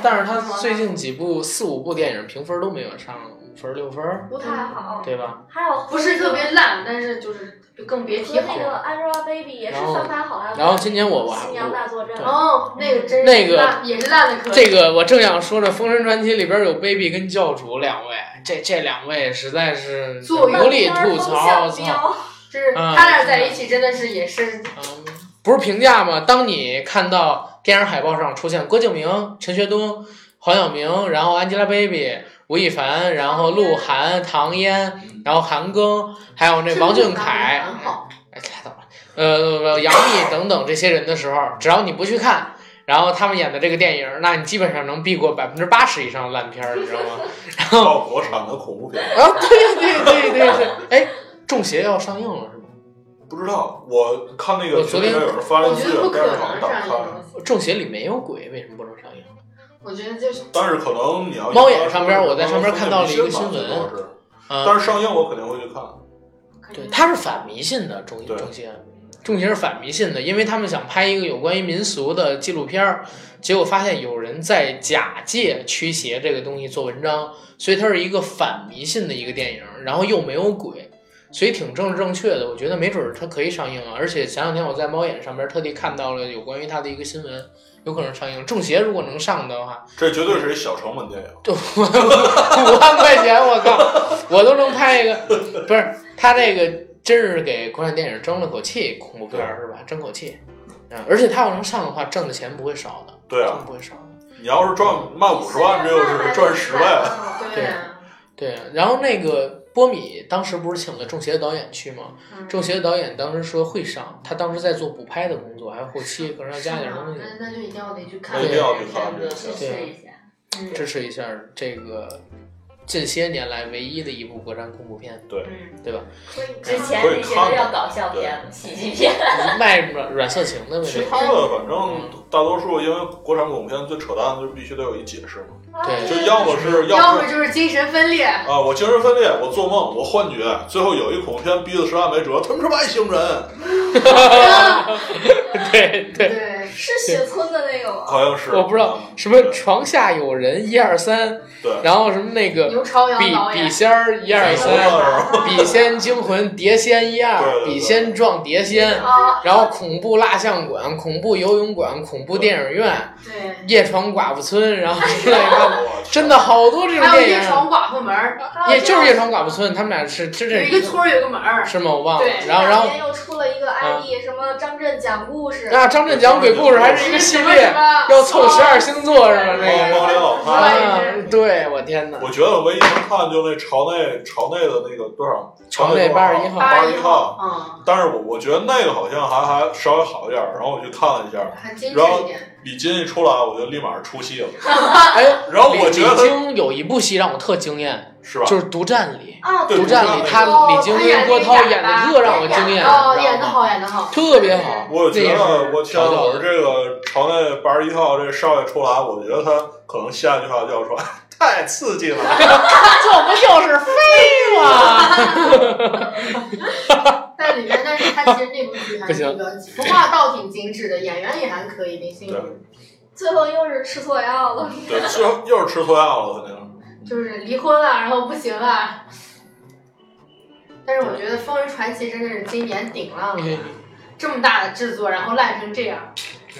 [SPEAKER 2] 但是他最近几部四五部电影评分都没有上五分六分，
[SPEAKER 5] 不太好，
[SPEAKER 2] 对吧？
[SPEAKER 5] 还有
[SPEAKER 3] 不是特别烂，但是就是更别
[SPEAKER 5] 和
[SPEAKER 3] 提
[SPEAKER 5] 那
[SPEAKER 3] 好
[SPEAKER 5] 个
[SPEAKER 3] 了。
[SPEAKER 5] Angelababy 也是翻拍好莱坞，
[SPEAKER 2] 然后今年我我
[SPEAKER 5] 新娘大作战，
[SPEAKER 3] 哦，那个真
[SPEAKER 2] 嗯
[SPEAKER 3] 是
[SPEAKER 2] 那个
[SPEAKER 3] 烂也是烂的可以。
[SPEAKER 2] 这个我正想说呢，《封神传奇》里边有 baby 跟教主两位，这这两位实在是
[SPEAKER 3] 作用
[SPEAKER 2] 无力吐槽，操！
[SPEAKER 5] 风向标
[SPEAKER 3] 就是
[SPEAKER 2] 啊
[SPEAKER 3] 他俩在一起真的是也是
[SPEAKER 2] 嗯，不是评价吗？当你看到电影海报上出现郭敬明、陈学冬、黄晓明，然后 Angelababy、吴亦凡，然后鹿晗、唐嫣，然后韩庚，还有那王俊凯，
[SPEAKER 3] 很好，
[SPEAKER 2] 哎，太早了，呃，杨幂等等这些人的时候，只要你不去看，然后他们演的这个电影，那你基本上能避过百分之八十以上的烂片儿，你知道吗？然后
[SPEAKER 6] 到国产的恐怖 片。
[SPEAKER 2] 啊，对呀，对呀对呀对呀对呀，哎，中邪要上映了是吗？
[SPEAKER 6] 不知道，我看那
[SPEAKER 2] 我
[SPEAKER 6] 个
[SPEAKER 2] 昨
[SPEAKER 6] 群
[SPEAKER 2] 天
[SPEAKER 6] 里面有人发了
[SPEAKER 3] 我
[SPEAKER 6] 一
[SPEAKER 3] 觉
[SPEAKER 6] 资
[SPEAKER 3] 得
[SPEAKER 6] 料，
[SPEAKER 3] 不可
[SPEAKER 6] 但是好
[SPEAKER 3] 能
[SPEAKER 6] 像打
[SPEAKER 3] 上
[SPEAKER 6] 看。
[SPEAKER 3] 映。
[SPEAKER 2] 中邪里没有鬼，为什么不能上映？
[SPEAKER 3] 我觉得就是
[SPEAKER 6] 但是可能你要
[SPEAKER 2] 猫眼上边我在上边看到了一个新闻
[SPEAKER 6] 可能是但
[SPEAKER 2] 啊，
[SPEAKER 6] 是上映我肯定会去看。
[SPEAKER 2] 对，他是反迷信的中
[SPEAKER 6] 对
[SPEAKER 2] 中邪。中邪是反迷信的，因为他们想拍一个有关于民俗的纪录片儿，结果发现有人在假借驱邪这个东西做文章，所以它是一个反迷信的一个电影，然后又没有鬼，所以挺政治正确的。我觉得没准儿它可以上映啊！而且前两天我在猫眼上边特地看到了有关于它的一个新闻，有可能上映。中邪如果能上的话，
[SPEAKER 6] 这绝对是一小成本电影，
[SPEAKER 2] 五万块钱，我靠，我都能拍一个。不是，他这个真是给国产电影争了口气，恐怖片儿是吧？争口气。嗯，而且他要能上的话，挣的钱不会少的，
[SPEAKER 6] 对啊
[SPEAKER 2] 真不会少的。
[SPEAKER 6] 你要是赚卖五十万，这就是赚十万。
[SPEAKER 5] 了。
[SPEAKER 3] 对啊，
[SPEAKER 2] 对啊，然后那个波米当时不是请了《中邪》的导演去吗？
[SPEAKER 3] 嗯
[SPEAKER 2] 《中邪》的导演当时说会上，他当时在做补拍的工作，还有后期，可能要加点东西，
[SPEAKER 3] 那那就一定要得去看，
[SPEAKER 2] 那一定
[SPEAKER 6] 要去 看
[SPEAKER 3] 片子
[SPEAKER 4] 支持一下。
[SPEAKER 3] 嗯
[SPEAKER 2] 支持一下这个近些年来唯一的一部国产恐怖片，
[SPEAKER 6] 对，
[SPEAKER 3] 嗯，
[SPEAKER 2] 对吧？
[SPEAKER 5] 可以
[SPEAKER 4] 之前
[SPEAKER 6] 会
[SPEAKER 4] 那些
[SPEAKER 6] 看
[SPEAKER 4] 都叫搞笑片、喜剧片，
[SPEAKER 2] 卖软软色情的呗，
[SPEAKER 6] 其
[SPEAKER 2] 这
[SPEAKER 6] 实他的反
[SPEAKER 3] 嗯
[SPEAKER 6] 正大多数，因为国产恐怖片最扯淡的就是必须得有一解释嘛，
[SPEAKER 2] 对
[SPEAKER 6] 就要么是
[SPEAKER 3] 要
[SPEAKER 6] 要
[SPEAKER 3] 么
[SPEAKER 6] 是
[SPEAKER 3] 就是精神分裂，
[SPEAKER 6] 啊，我精神分裂，我做梦，我幻觉，最后有一恐怖片逼得实在没辙，他们是外星人，
[SPEAKER 2] 对对。
[SPEAKER 3] 对，
[SPEAKER 5] 是雪村的那个吗？
[SPEAKER 6] 好像是
[SPEAKER 2] 我不知道
[SPEAKER 6] 嗯
[SPEAKER 2] 什么床下有人一二三，
[SPEAKER 6] 对，
[SPEAKER 2] 然后什么那个
[SPEAKER 3] 刘朝阳
[SPEAKER 2] 笔
[SPEAKER 3] 导
[SPEAKER 2] 笔
[SPEAKER 3] 演，
[SPEAKER 2] 仙儿一二三，笔仙惊魂碟仙一
[SPEAKER 6] 对
[SPEAKER 2] 二，
[SPEAKER 6] 对对
[SPEAKER 2] 笔仙撞碟仙，
[SPEAKER 3] 啊，
[SPEAKER 2] 然后恐怖蜡像馆、恐怖游泳馆、恐怖电影院、
[SPEAKER 3] 对，
[SPEAKER 2] 夜闯寡妇村，然后之类的，
[SPEAKER 6] 我去
[SPEAKER 2] 真的好多这种
[SPEAKER 3] 还有
[SPEAKER 2] 电
[SPEAKER 3] 夜
[SPEAKER 2] 影，
[SPEAKER 3] 闯寡妇门儿，
[SPEAKER 2] 也就是夜闯寡妇村，他们俩是真
[SPEAKER 3] 有
[SPEAKER 2] 正
[SPEAKER 3] 一个村儿有一个门儿，
[SPEAKER 2] 是吗？我忘了
[SPEAKER 3] 对，
[SPEAKER 2] 然后然后嗯
[SPEAKER 5] 这两年又出了一个 ID，什么张震讲故事，
[SPEAKER 2] 啊，张震讲鬼故事还是一个系列，要凑十二星座是吧？那个
[SPEAKER 6] 猫猫脸老
[SPEAKER 3] 猫
[SPEAKER 6] 太。
[SPEAKER 3] 脸
[SPEAKER 2] 啊，对我天哪！
[SPEAKER 6] 我觉得唯一能看就那朝内朝内的那个多少
[SPEAKER 2] 朝内
[SPEAKER 6] 多少
[SPEAKER 2] 81号
[SPEAKER 6] 八
[SPEAKER 3] 十
[SPEAKER 6] 一
[SPEAKER 3] 一
[SPEAKER 6] 号，
[SPEAKER 3] 号，
[SPEAKER 6] 但是我我觉得那个好像还还稍微好一点儿，然后我去看了一下，
[SPEAKER 3] 嗯，还精致
[SPEAKER 6] 然后
[SPEAKER 3] 一点，
[SPEAKER 6] 李金一出来，我就立马出戏了，
[SPEAKER 2] 哎，
[SPEAKER 6] 然后哦我觉得
[SPEAKER 2] 李京有一部戏让我特惊艳，
[SPEAKER 6] 是吧？
[SPEAKER 2] 就是《独占里
[SPEAKER 5] 啊，》。
[SPEAKER 6] 对
[SPEAKER 2] 《独占里》他
[SPEAKER 3] 哦
[SPEAKER 2] 李京跟郭涛演的特让我惊艳，
[SPEAKER 3] 哦，
[SPEAKER 2] 你知
[SPEAKER 3] 演的
[SPEAKER 2] 道吗？
[SPEAKER 3] 好，演的好，
[SPEAKER 2] 特别好。
[SPEAKER 6] 我觉得，我天，
[SPEAKER 2] 调教
[SPEAKER 6] 我说这个朝内八十一号这少爷出来，我觉得他可能下一句话就要说，哎
[SPEAKER 7] 太刺激了。
[SPEAKER 2] 这不就是飞吗？
[SPEAKER 3] 但里面，但是它其实那部剧还
[SPEAKER 2] 不
[SPEAKER 3] 是
[SPEAKER 2] 行
[SPEAKER 3] 比较服化道挺精致的，演员也还可以，明星也
[SPEAKER 5] 最后又是吃错药了。
[SPEAKER 6] 对，最后又是吃错药了，肯定。
[SPEAKER 3] 就是离婚了，然后不行了。但是我觉得《风云传奇》真的是今年顶浪了，这么大的制作，然后烂成这样，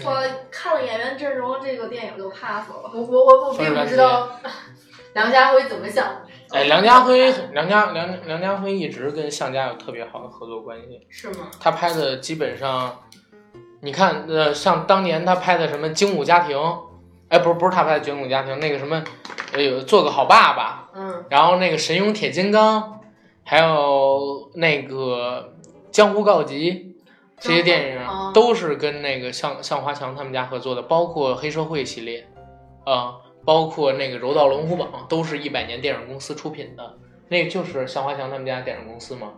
[SPEAKER 5] 我看了演员阵容， 这个电影就 pass 了。
[SPEAKER 3] 我我我我并不知道 梁家辉怎么想，
[SPEAKER 2] 哎，梁家辉，梁家梁梁家辉一直跟向家有特别好的合作关系。
[SPEAKER 3] 是吗？
[SPEAKER 2] 他拍的基本上，你看，呃，像当年他拍的什么《精武家庭》，哎，不是不是他拍的《精武家庭》，那个什么，呃，有做个好爸爸，
[SPEAKER 3] 嗯，
[SPEAKER 2] 然后那个《神勇铁金刚》，还有那个《江湖告急》。这些电影啊
[SPEAKER 3] 哦
[SPEAKER 2] 都是跟那个向向华强他们家合作的，包括黑社会系列，啊、包括那个《柔道龙虎榜》，都是一百年电影公司出品的。那就是向华强他们家电影公司嘛。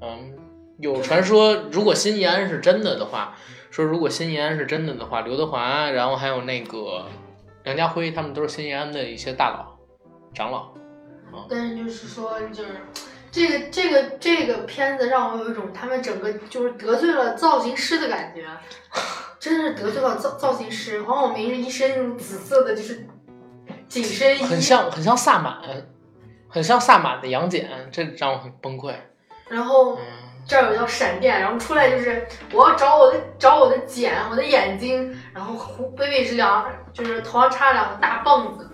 [SPEAKER 2] 嗯，有传说，如果新延安是真的的话，说如果新延安是真的的话，刘德华，然后还有那个梁家辉，他们都是新延安的一些大佬、长老。
[SPEAKER 3] 但是就是说，就是这个这个这个片子让我有一种他们整个就是得罪了造型师的感觉，真是得罪了造造型师。黄晓明是一身那种紫色的，就是紧身衣，
[SPEAKER 2] 很像很像萨满，很像萨满的杨戬，这让我很崩溃。
[SPEAKER 3] 然后
[SPEAKER 2] 嗯，
[SPEAKER 3] 这儿有一道闪电，然后出来就是我要找我的找我的茧，我的眼睛，然后胡北北是两就是头上插两个大棒子，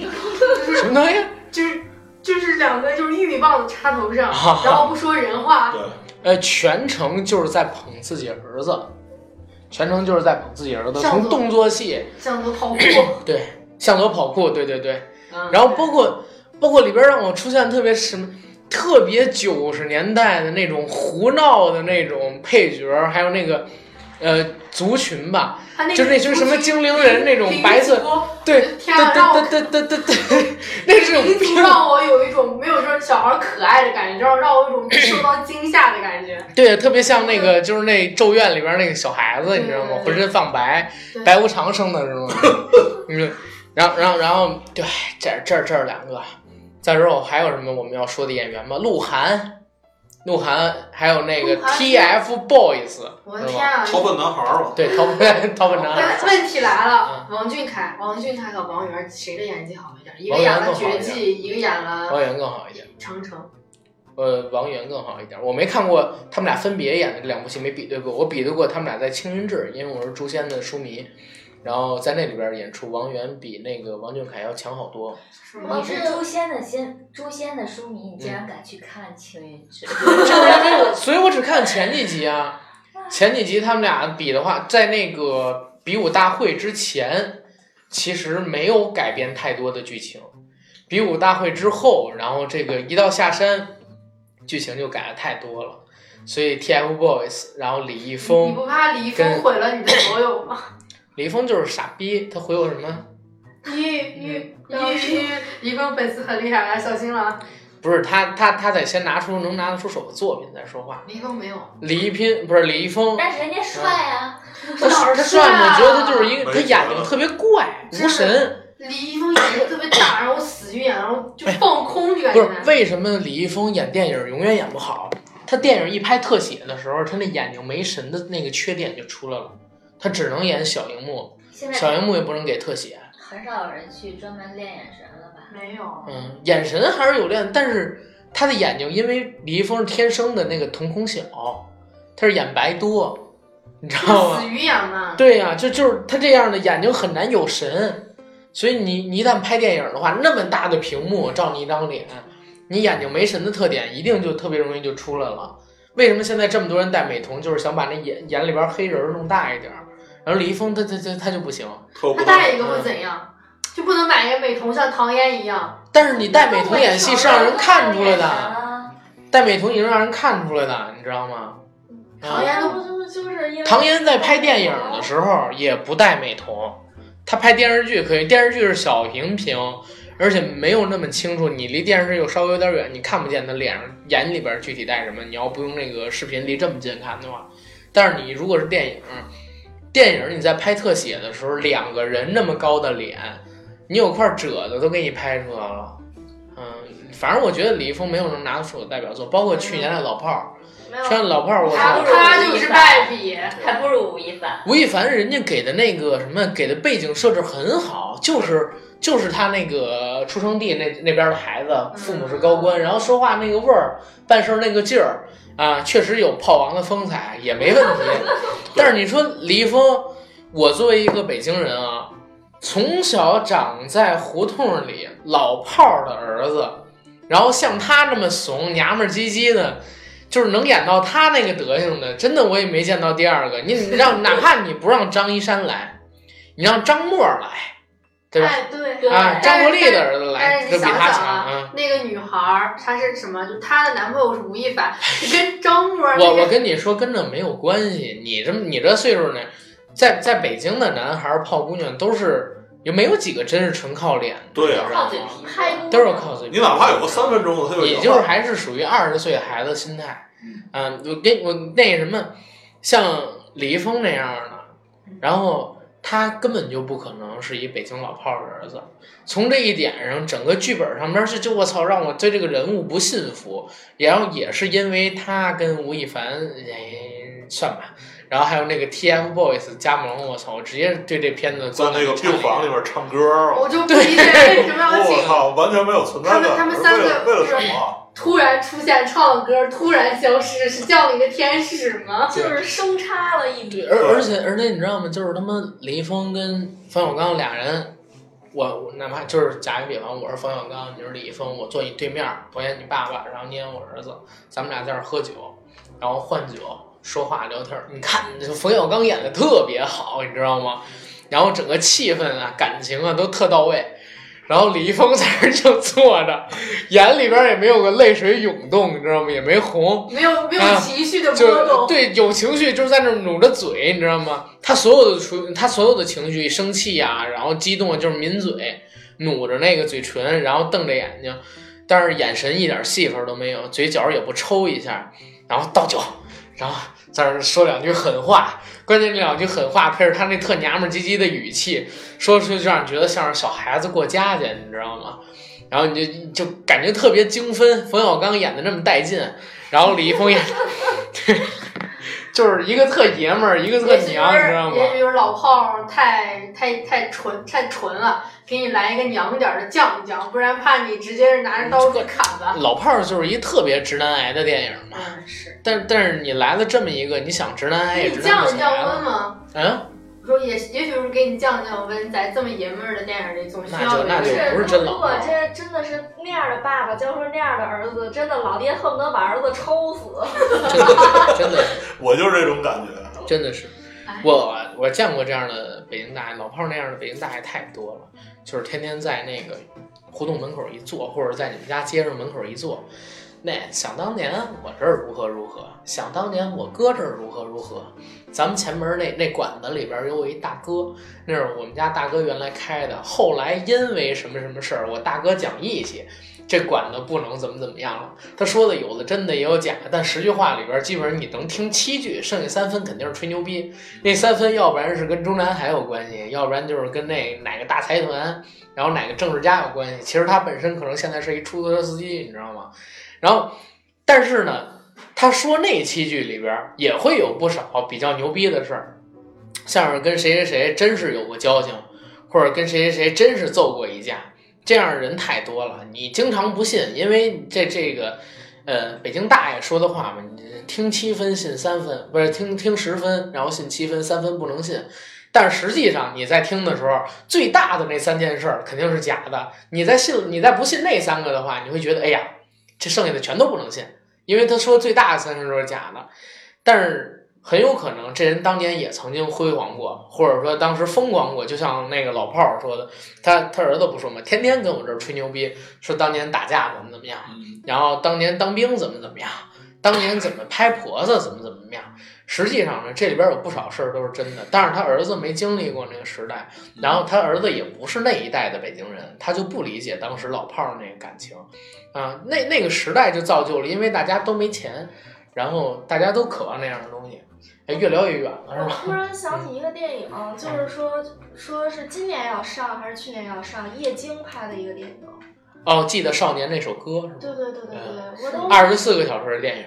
[SPEAKER 2] 什么东西？
[SPEAKER 3] 就是就是两个就是玉米棒子插头上，
[SPEAKER 2] 啊
[SPEAKER 3] 然后不说人话，
[SPEAKER 6] 对，
[SPEAKER 2] 呃，全程就是在捧自己儿子，全程就是在捧自己儿子，
[SPEAKER 3] 向
[SPEAKER 2] 从
[SPEAKER 3] 左
[SPEAKER 2] 动作戏，
[SPEAKER 3] 像个跑 酷，
[SPEAKER 2] 对，向左跑酷，对对对。
[SPEAKER 3] 嗯
[SPEAKER 2] 然后包括包括里边让我出现特别什么，特别九十年代的那种胡闹的那种配角儿，还有那个呃族群吧，
[SPEAKER 3] 他那
[SPEAKER 2] 就是那群什么精灵人那种白色，对，
[SPEAKER 3] 天啊，让我
[SPEAKER 2] 对对对对对对， 那是
[SPEAKER 3] 民
[SPEAKER 2] 种
[SPEAKER 3] 族
[SPEAKER 2] 病，
[SPEAKER 3] 让我有一种没有说小孩可爱的感觉，让让我有一种 受到惊吓的感觉。
[SPEAKER 2] 对，特别像那
[SPEAKER 3] 嗯
[SPEAKER 2] 个就是那《咒怨》里边那个小孩子，你知道吗？浑身放白，
[SPEAKER 3] 对
[SPEAKER 2] 白无常生的是 吗？嗯，然后然后然后对，这儿这儿这儿两个，再之后还有什么我们要说的演员吗？鹿晗，鹿晗，还有那个
[SPEAKER 3] 鹿晗
[SPEAKER 2] TFBOYS，
[SPEAKER 3] 我的
[SPEAKER 2] 是吧
[SPEAKER 3] 天啊！
[SPEAKER 6] 逃笨男孩儿嘛，
[SPEAKER 2] 对，逃奔逃
[SPEAKER 3] 哦
[SPEAKER 2] 奔男，
[SPEAKER 3] 问问题来了，
[SPEAKER 2] 嗯
[SPEAKER 3] 王俊凯、王俊凯和王源谁的演技好一点？一个
[SPEAKER 2] 王
[SPEAKER 3] 演
[SPEAKER 2] 源
[SPEAKER 3] 了
[SPEAKER 2] 更好
[SPEAKER 3] 绝
[SPEAKER 2] 一点
[SPEAKER 3] 技，一个演了
[SPEAKER 2] 王源更好一点，
[SPEAKER 3] 长城。
[SPEAKER 2] 呃，王源更好一点。我没看过他们俩分别演的这两部戏，没比对过。我比对过他们俩在《青云志》，因为我是《诛仙》的书迷，然后在那里边演出，王源比那个王俊凯要强好 多。
[SPEAKER 3] 是吗
[SPEAKER 4] 哦你是诛仙的仙，诛仙的书迷，你竟
[SPEAKER 2] 嗯
[SPEAKER 4] 然敢去看《青云 志》
[SPEAKER 2] 就是因为我， 所以我只看前几集啊。前几集他们俩比的话，在那个比武大会之前，其实没有改变太多的剧情。比武大会之后，然后这个一到下山，剧情就改的太多了。所以 TFBOYS，然后李易峰，
[SPEAKER 3] 你不怕李易峰
[SPEAKER 2] 跟
[SPEAKER 3] 毁了你的所有 吗？
[SPEAKER 2] 李易峰就是傻逼，他回我什么？
[SPEAKER 3] 一一
[SPEAKER 5] 嗯
[SPEAKER 3] 一李易峰粉丝很厉害啊，小心了！
[SPEAKER 2] 不是他，他他得先拿出能拿得出手的作品再说话。
[SPEAKER 3] 李易峰没有，
[SPEAKER 2] 李一拼不是李易峰，
[SPEAKER 4] 但是人家帅啊，
[SPEAKER 2] 他他帅吗？我觉得他就是一个，
[SPEAKER 6] 没
[SPEAKER 2] 他眼睛特别怪，
[SPEAKER 3] 是
[SPEAKER 2] 无神。
[SPEAKER 3] 李易峰眼睛特别大，然后死鱼眼，然后就放空就
[SPEAKER 2] 哎
[SPEAKER 3] 感
[SPEAKER 2] 不是
[SPEAKER 3] 觉。
[SPEAKER 2] 为什么李易峰演电影永远演不好？他电影一拍特写的时候，他那眼睛没神的那个缺点就出来了，他只能演小荧幕，
[SPEAKER 4] 现
[SPEAKER 2] 小荧
[SPEAKER 4] 在
[SPEAKER 2] 幕也不能给特写。
[SPEAKER 4] 很少有人去专门练眼神了吧？
[SPEAKER 3] 没有，
[SPEAKER 2] 嗯，眼神还是有练，但是他的眼睛，因为李易峰是天生的那个瞳孔小，他是眼白多，你知道
[SPEAKER 3] 死
[SPEAKER 2] 吗？
[SPEAKER 3] 鱼眼嘛。
[SPEAKER 2] 对呀、就就是他这样的眼睛很难有神，所以你你一旦拍电影的话，那么大的屏幕照你一张脸，你眼睛没神的特点一定就特别容易就出来了。为什么现在这么多人戴美瞳，就是想把那眼眼里边黑人儿弄大一点儿？然后李易峰他他他他就不行，
[SPEAKER 6] 特
[SPEAKER 3] 他
[SPEAKER 6] 笨
[SPEAKER 3] 大一
[SPEAKER 6] 男
[SPEAKER 3] 个
[SPEAKER 6] 孩
[SPEAKER 3] 会怎样？就不能买一个美瞳像唐嫣一样？
[SPEAKER 2] 但是你戴美瞳演戏是让
[SPEAKER 4] 哦
[SPEAKER 2] 人看出来
[SPEAKER 4] 练眼神
[SPEAKER 2] 的。
[SPEAKER 4] 啊
[SPEAKER 2] 戴美瞳已经让人看出来的，你知道吗？
[SPEAKER 3] 唐
[SPEAKER 2] 啊，
[SPEAKER 3] 嫣
[SPEAKER 5] 不就是就是因为
[SPEAKER 2] 唐嫣在拍电影的时候也不戴美瞳，她拍电视剧可以，电视剧是小荧屏，而且没有那么清楚，你离电视又稍微有点远，你看不见她脸上眼里边具体戴什么。你要不用那个视频离这么近看的话，但是你如果是电影，电影你在拍特写的时候，两个人那么高的脸，你有块褶子都给你拍出来了。嗯，反正我觉得李易峰没有能拿得出我代表作，包括去年的老炮儿，
[SPEAKER 5] 没
[SPEAKER 2] 去年
[SPEAKER 5] 有，
[SPEAKER 2] 的老炮儿，我
[SPEAKER 3] 他
[SPEAKER 2] 操
[SPEAKER 4] 不，如
[SPEAKER 3] 他就是败笔，
[SPEAKER 4] 还不如吴亦
[SPEAKER 5] 嗯
[SPEAKER 4] 凡。
[SPEAKER 2] 吴亦凡人家给的那个什么，给的背景设置很好，就是就是他那个出生地那那边的孩子，父母是高官，然后说话那个味儿，办事儿那个劲儿啊，确实有炮王的风采，也没问 题。但是你说李易峰，我作为一个北京人啊，从小长在胡同里老炮儿的儿子，然后像他这么怂娘们儿唧唧的，就是能演到他那个德行的，真的我也没见到第二个。你你让哪怕你不让张一山来，你让张默来，对吧？
[SPEAKER 3] 哎，对。
[SPEAKER 4] 对
[SPEAKER 2] 啊，
[SPEAKER 3] 但
[SPEAKER 2] 张
[SPEAKER 3] 是
[SPEAKER 2] 国立的儿子
[SPEAKER 3] 但
[SPEAKER 2] 来
[SPEAKER 3] 是
[SPEAKER 2] 都
[SPEAKER 3] 你
[SPEAKER 2] 比
[SPEAKER 3] 想
[SPEAKER 2] 他
[SPEAKER 3] 想
[SPEAKER 2] 强
[SPEAKER 3] 啊
[SPEAKER 2] 啊。，
[SPEAKER 3] 那个女孩儿她是什么？就她的男朋友是吴亦凡，跟张默那
[SPEAKER 2] 我
[SPEAKER 3] 个
[SPEAKER 2] 我跟你说，跟这没有关系。你这么你这岁数呢，在在北京的男孩儿泡姑娘都是也没有几个真是纯靠脸的，
[SPEAKER 6] 对啊
[SPEAKER 2] 你知道
[SPEAKER 4] 靠
[SPEAKER 2] 吗
[SPEAKER 4] 嘴皮子，
[SPEAKER 5] 拍
[SPEAKER 2] 都是靠嘴皮
[SPEAKER 6] 你哪怕有个三分钟的，他有一
[SPEAKER 2] 也
[SPEAKER 6] 个
[SPEAKER 2] 就是还是属于二十岁孩子心态。嗯，我跟我那什么，像李易峰那样的，然后他根本就不可能是一北京老炮儿的儿子。从这一点上，整个剧本上面是就我操，让我对这个人物不信服。然后也是因为他跟吴亦凡，哎，算吧。然后还有那个 TFBOYS 加盟，我操，我直接对这片子
[SPEAKER 6] 在那个病房里面唱歌，
[SPEAKER 3] 我就不理解为什么要
[SPEAKER 6] 我
[SPEAKER 3] 请
[SPEAKER 6] 操，完全没有存在感。
[SPEAKER 3] 他们他们三个
[SPEAKER 6] 为了为了
[SPEAKER 3] 就是
[SPEAKER 6] 什么？
[SPEAKER 3] 突然出现唱的歌，突然消失，是这样的一个天使吗？
[SPEAKER 5] 就是生插了一
[SPEAKER 2] 对，
[SPEAKER 5] 笔，
[SPEAKER 2] 而而且而且你知道吗？就是他妈李易峰跟冯小刚俩人，我我哪怕就是打一个比方，我是冯小刚，你是李易峰，我坐你对面，我演你爸爸，然后你演我儿子，咱们俩在这儿喝酒，然后换酒说话聊天儿。你看冯小刚演的特别好，你知道吗？然后整个气氛啊、感情啊都特到位。然后李易峰在这儿就坐着，眼里边儿也没有个泪水涌动，你知道吗？也没红，
[SPEAKER 3] 没有没
[SPEAKER 2] 哎
[SPEAKER 3] 有情绪的波
[SPEAKER 2] 就
[SPEAKER 3] 动，
[SPEAKER 2] 对有情绪，就是在那儿努着嘴，你知道吗？他所有的出，他所有的情绪，生气啊，然后激动啊，就是抿嘴，努着那个嘴唇，然后瞪着眼睛，但是眼神一点戏份都没有，嘴角也不抽一下，然后倒酒，然后在那儿说两句狠话，关键这两句狠话配着他那特娘们儿唧唧的语气，说出去就让你觉得像是小孩子过家家，你知道吗？然后你就就感觉特别精分，冯小刚演的那么带劲，然后李易峰演， 就是一个特爷们儿，一个特
[SPEAKER 3] 也许
[SPEAKER 2] 娘，你知道
[SPEAKER 3] 是也
[SPEAKER 2] 吗？
[SPEAKER 3] 许是老炮儿太太太纯太纯了，给你来一个娘点儿的降一降，不然怕你直接是拿着刀给砍了。
[SPEAKER 2] 老炮儿就是一特别直男癌的电影嘛，
[SPEAKER 4] 嗯，是
[SPEAKER 2] 但但是你来了这么一个，你想直男癌也
[SPEAKER 3] 给你
[SPEAKER 2] 直男
[SPEAKER 3] 降
[SPEAKER 2] 不啊
[SPEAKER 3] 一
[SPEAKER 2] 起来
[SPEAKER 3] 降
[SPEAKER 2] 了，
[SPEAKER 3] 温吗？
[SPEAKER 2] 嗯，
[SPEAKER 3] 我说也也许是给你降一降温，在这么爷们儿的电影里，总需
[SPEAKER 2] 那
[SPEAKER 3] 要
[SPEAKER 2] 就
[SPEAKER 3] 有一
[SPEAKER 2] 那
[SPEAKER 3] 个
[SPEAKER 2] 就
[SPEAKER 3] 人
[SPEAKER 2] 不是真老啊
[SPEAKER 5] 如果这真的是那样的爸爸教出那样的儿子，真的老爹恨不得把儿子抽死。
[SPEAKER 2] 真的 真的
[SPEAKER 6] 我就是这种感觉。
[SPEAKER 2] 真的是
[SPEAKER 3] 哎，
[SPEAKER 2] 我我见过这样的北京大爷，老炮儿那样的北京大爷太多了，就是天天在那个胡同门口一坐，或者在你们家街上门口一坐。那想当年我这儿如何如何，想当年我哥这儿如何如何，咱们前门那那馆子里边儿有我一大哥，那是我们家大哥原来开的，后来因为什么什么事儿，我大哥讲义气，这馆子不能怎么怎么样了。他说的有的真的也有假的，但十句话里边基本上你能听七句，剩下三分肯定是吹牛逼。那三分要不然是跟中南海有关系，要不然就是跟那哪个大财团，然后哪个政治家有关系。其实他本身可能现在是一出租车司机，你知道吗？然后，但是呢，他说那七句里边也会有不少比较牛逼的事儿，像是跟谁谁谁真是有过交情，或者跟谁谁谁真是揍过一架。这样的人太多了，你经常不信，因为这这个，呃，北京大爷说的话嘛，你听七分信三分，不是听听十分，然后信七分，三分不能信。但是实际上你在听的时候，最大的那三件事儿肯定是假的。你在信，你在不信那三个的话，你会觉得，哎呀，这剩下的全都不能信，因为他说最大的三件事都是假的。但是很有可能这人当年也曾经辉煌过，或者说当时疯狂过，就像那个老炮儿说的，他他儿子不说嘛，天天跟我这儿吹牛逼，说当年打架怎么怎么样，然后当年当兵怎么怎么样，当年怎么拍婆子怎么怎么样。实际上呢，这里边有不少事儿都是真的，但是他儿子没经历过那个时代，然后他儿子也不是那一代的北京人，他就不理解当时老炮儿那个感情，啊、那那个时代就造就了，因为大家都没钱，然后大家都渴望那样的东西。哎，越聊越远了，是
[SPEAKER 5] 我
[SPEAKER 2] 吧？
[SPEAKER 5] 突然想起一个电影，就是说说是今年要上还是去年要上，叶京拍的一个电影。
[SPEAKER 2] 哦，记得《少年》那首歌是
[SPEAKER 5] 对
[SPEAKER 2] 吧？
[SPEAKER 5] 对对对对，我都
[SPEAKER 2] 二十四个小时的电影，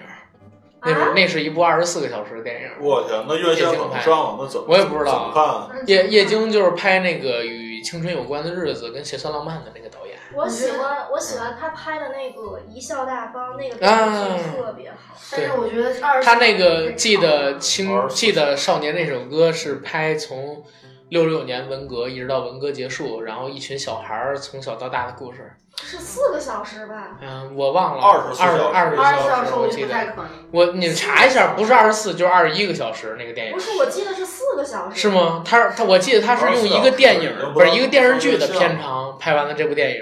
[SPEAKER 2] 那是、
[SPEAKER 5] 啊，
[SPEAKER 2] 那是一部二十四个小时的电影。
[SPEAKER 6] 我天，那院线怎么上啊？那怎么
[SPEAKER 2] 我也不知道
[SPEAKER 6] 怎么看？
[SPEAKER 2] 叶叶京就是拍那个与青春有关的日子跟斜酸浪漫的那个导演。
[SPEAKER 5] 我喜欢我喜欢他拍的那个《一笑大方》，那个
[SPEAKER 2] 啊
[SPEAKER 5] 电视剧特别好。
[SPEAKER 3] 但是我觉得二
[SPEAKER 2] 他那个记得青
[SPEAKER 6] 24
[SPEAKER 2] 记得少年那首歌是拍从六六年文革一直到文革结束，然后一群小孩儿从小到大的故事。
[SPEAKER 5] 是四个小时吧？
[SPEAKER 2] 嗯，我忘了
[SPEAKER 6] 24
[SPEAKER 2] 二
[SPEAKER 6] 小时
[SPEAKER 2] 二十
[SPEAKER 3] 二十四
[SPEAKER 2] 小
[SPEAKER 3] 小
[SPEAKER 2] 时，
[SPEAKER 3] 时
[SPEAKER 2] 我
[SPEAKER 3] 我
[SPEAKER 2] 记
[SPEAKER 3] 觉得
[SPEAKER 2] 得
[SPEAKER 3] 不太可能。
[SPEAKER 2] 我你查一下，不是二十四就是二十一个小时那个电影
[SPEAKER 5] 不。是，我记得是四个小时。
[SPEAKER 2] 是吗？他他，我记得他是用一个电影
[SPEAKER 6] 24
[SPEAKER 2] 不是一个电视剧的片长拍完了这部电影，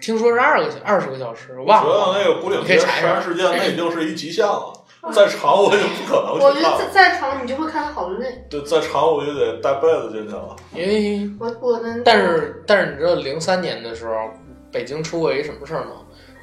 [SPEAKER 2] 听说是二个二十个小时，忘
[SPEAKER 6] 觉得
[SPEAKER 2] 了。
[SPEAKER 6] 那个古岭街杀人事件，那已经是一极限了。再长我也不可能
[SPEAKER 3] 我觉
[SPEAKER 6] 去
[SPEAKER 3] 得
[SPEAKER 6] 看
[SPEAKER 3] 再
[SPEAKER 6] 了，
[SPEAKER 3] 再长你就会看得好累。
[SPEAKER 6] 对，再长我就得带被子进去了。
[SPEAKER 2] 因为
[SPEAKER 3] 我我的
[SPEAKER 2] 但是但是你知道零三年的时候，北京出过一什么事儿吗？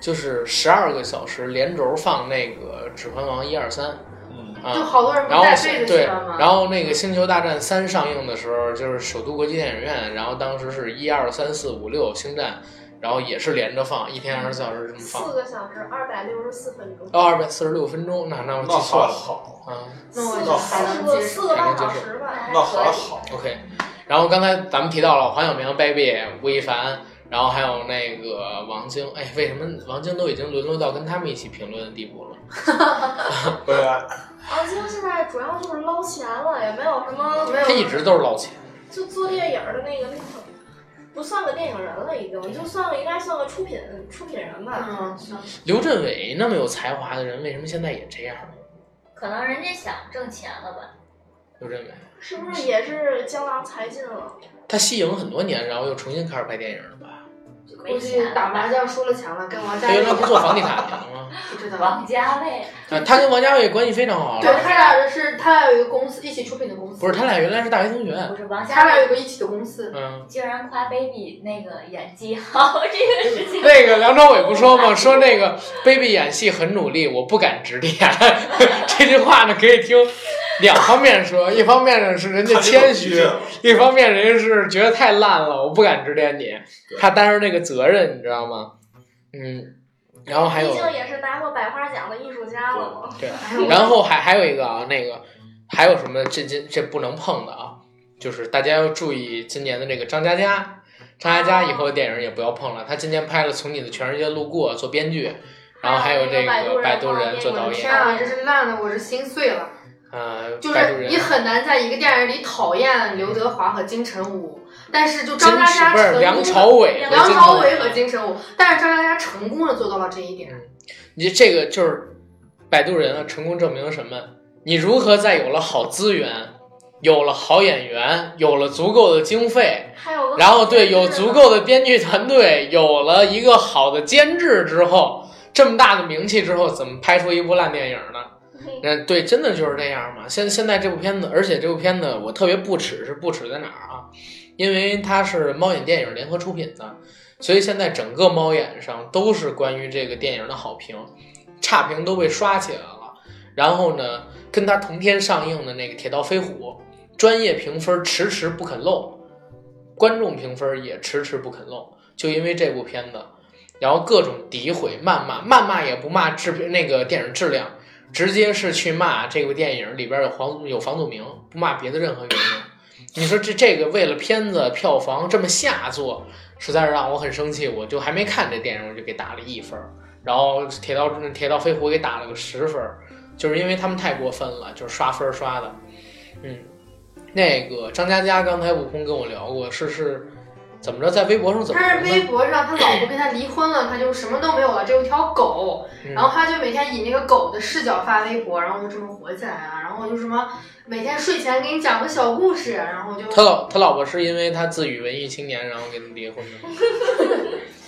[SPEAKER 2] 就是十二个小时连轴放那个《指环王》一二三
[SPEAKER 6] 嗯，
[SPEAKER 3] 就
[SPEAKER 2] 啊，
[SPEAKER 3] 好多人不
[SPEAKER 2] 然后
[SPEAKER 3] 带被子去
[SPEAKER 2] 对
[SPEAKER 3] 了，
[SPEAKER 2] 然
[SPEAKER 3] 吗？
[SPEAKER 2] 后那个《星球大战三》上映的时候，就是首都国际电影院，然后当时是一二三四五六星战，然后也是连着放，一天二十四小时这么放
[SPEAKER 5] 四，个小时，二百六十四分钟。
[SPEAKER 2] 到二百四十六分钟，那那我记
[SPEAKER 6] 那
[SPEAKER 2] 错
[SPEAKER 6] 还
[SPEAKER 2] 了
[SPEAKER 6] 好，
[SPEAKER 2] 啊。
[SPEAKER 3] 那我
[SPEAKER 5] 四
[SPEAKER 3] 就
[SPEAKER 5] 个
[SPEAKER 3] 还能
[SPEAKER 5] 四
[SPEAKER 3] 接
[SPEAKER 5] 个四
[SPEAKER 3] 受。
[SPEAKER 5] 个半小时吧。
[SPEAKER 6] 那还 好。
[SPEAKER 2] OK，然后刚才咱们提到了黄晓明、baby、吴亦凡，然后还有那个王晶。哎，为什么王晶都已经沦落到跟他们一起评论的地步了？
[SPEAKER 6] 悲哀。
[SPEAKER 5] 王晶啊现在主要就是捞钱了，也没有什么，
[SPEAKER 3] 没
[SPEAKER 2] 他一
[SPEAKER 3] 有，
[SPEAKER 2] 直都是捞钱。
[SPEAKER 5] 就做电影的那个那个，不算个电影人了，已经就算个应该算个出品出品人吧。
[SPEAKER 3] 嗯，行
[SPEAKER 2] 刘镇伟那么有才华的人，为什么现在也这样？
[SPEAKER 4] 可能人家想挣钱了吧？
[SPEAKER 2] 刘镇伟，
[SPEAKER 5] 是不是也是江郎才尽了？
[SPEAKER 2] 他息影很多年，然后又重新开始拍电影了吧？
[SPEAKER 4] 就
[SPEAKER 3] 估
[SPEAKER 4] 没
[SPEAKER 3] 计
[SPEAKER 4] 钱了
[SPEAKER 3] 打
[SPEAKER 4] 吧。
[SPEAKER 3] 麻将输了钱了，跟王
[SPEAKER 2] 他
[SPEAKER 3] 家
[SPEAKER 2] 原
[SPEAKER 3] 卫
[SPEAKER 2] 来不做房地产的 吗？
[SPEAKER 3] 不知道。
[SPEAKER 4] 王家卫，
[SPEAKER 2] 啊，他跟王家卫关系非常好。
[SPEAKER 3] 对他俩人是，他俩有一个公司一起出品的公司，
[SPEAKER 2] 不是，他俩原来是大学同学。
[SPEAKER 4] 不是王
[SPEAKER 3] 他
[SPEAKER 4] 家
[SPEAKER 3] 俩有
[SPEAKER 4] 卫，
[SPEAKER 3] 个一起的公司。
[SPEAKER 2] 嗯，
[SPEAKER 4] 竟然夸 baby 那个演技好，这个事 情
[SPEAKER 2] 那个梁朝伟不说吗？说那个 baby 演戏很努力，我不敢指点。 这句话呢，可以听两方面说，一方面呢是人家
[SPEAKER 6] 看这种
[SPEAKER 2] 谦
[SPEAKER 6] 极
[SPEAKER 2] 虚，
[SPEAKER 6] 限
[SPEAKER 2] 一方面人家是觉得太烂了，我不敢指点你，他担着那个责任，你知道吗？嗯，然后还有
[SPEAKER 5] 毕竟也是拿过百花奖的艺术家了嘛。
[SPEAKER 2] 对，
[SPEAKER 3] 哎呦
[SPEAKER 2] 然后还还有一个啊，那个还有什么这这这不能碰的啊，就是大家要注意今年的这个张嘉佳，张嘉佳以后的电影也不要碰了，他今年拍了《从你的全世界路过》做编剧，然后还有这个摆渡人做导演
[SPEAKER 3] 天，啊，这是烂的，我是心碎了。
[SPEAKER 2] 呃，
[SPEAKER 3] 啊就
[SPEAKER 2] 摆渡
[SPEAKER 3] 是
[SPEAKER 2] 人
[SPEAKER 3] 你很难在一个电影里讨厌刘德华和金城武，但是就
[SPEAKER 2] 金
[SPEAKER 3] 张嘉
[SPEAKER 2] 是
[SPEAKER 3] 佳
[SPEAKER 2] 不是
[SPEAKER 3] 成
[SPEAKER 2] 梁
[SPEAKER 3] 功
[SPEAKER 2] 朝
[SPEAKER 3] 地
[SPEAKER 2] 伟和金
[SPEAKER 3] 梁朝
[SPEAKER 2] 城武
[SPEAKER 3] 伟和金城武，但是张嘉佳成功的做到了这一点。
[SPEAKER 2] 你这个就是摆渡人啊，成功证明了什么？你如何在有了好资源、有了好演员、有了足够的经费，
[SPEAKER 5] 还有个
[SPEAKER 2] 然后对有足够的编剧团队，有了一个好的监制之后，这么大的名气之后，怎么拍出一部烂电影呢？嗯，对，真的就是这样嘛。现现在这部片子，而且这部片子我特别不耻，是不耻在哪儿啊？因为它是猫眼电影联合出品的，所以现在整个猫眼上都是关于这个电影的好评，差评都被刷起来了。然后呢，跟它同天上映的那个《铁道飞虎》，专业评分迟迟不肯漏，观众评分也迟迟不肯漏，就因为这部片子，然后各种诋毁、谩骂，谩骂也不骂制片那个电影质量。直接是去骂这部电影里边有黄有房祖名，不骂别的任何原因。你说这这个为了片子票房这么下作，实在是让我很生气。我就还没看这电影，我就给打了一分儿，然后《铁道铁道飞虎》给打了个十分儿，就是因为他们太过分了，就是刷分儿刷的。嗯，那个张嘉佳刚才悟空跟我聊过，是是怎么着在微博上怎么
[SPEAKER 3] 他是
[SPEAKER 2] 着
[SPEAKER 3] 微
[SPEAKER 2] 呢？
[SPEAKER 3] 博上，他老婆跟他离婚了，他就什么都没有了，只有一条狗。
[SPEAKER 2] 嗯
[SPEAKER 3] 然后他就每天以那个狗的视角发微博，然后就这么火起来啊，然后就什么每天睡前给你讲个小故事，啊然后就
[SPEAKER 2] 他老他老婆是因为他自诩文艺青年，然后跟他离婚的吗。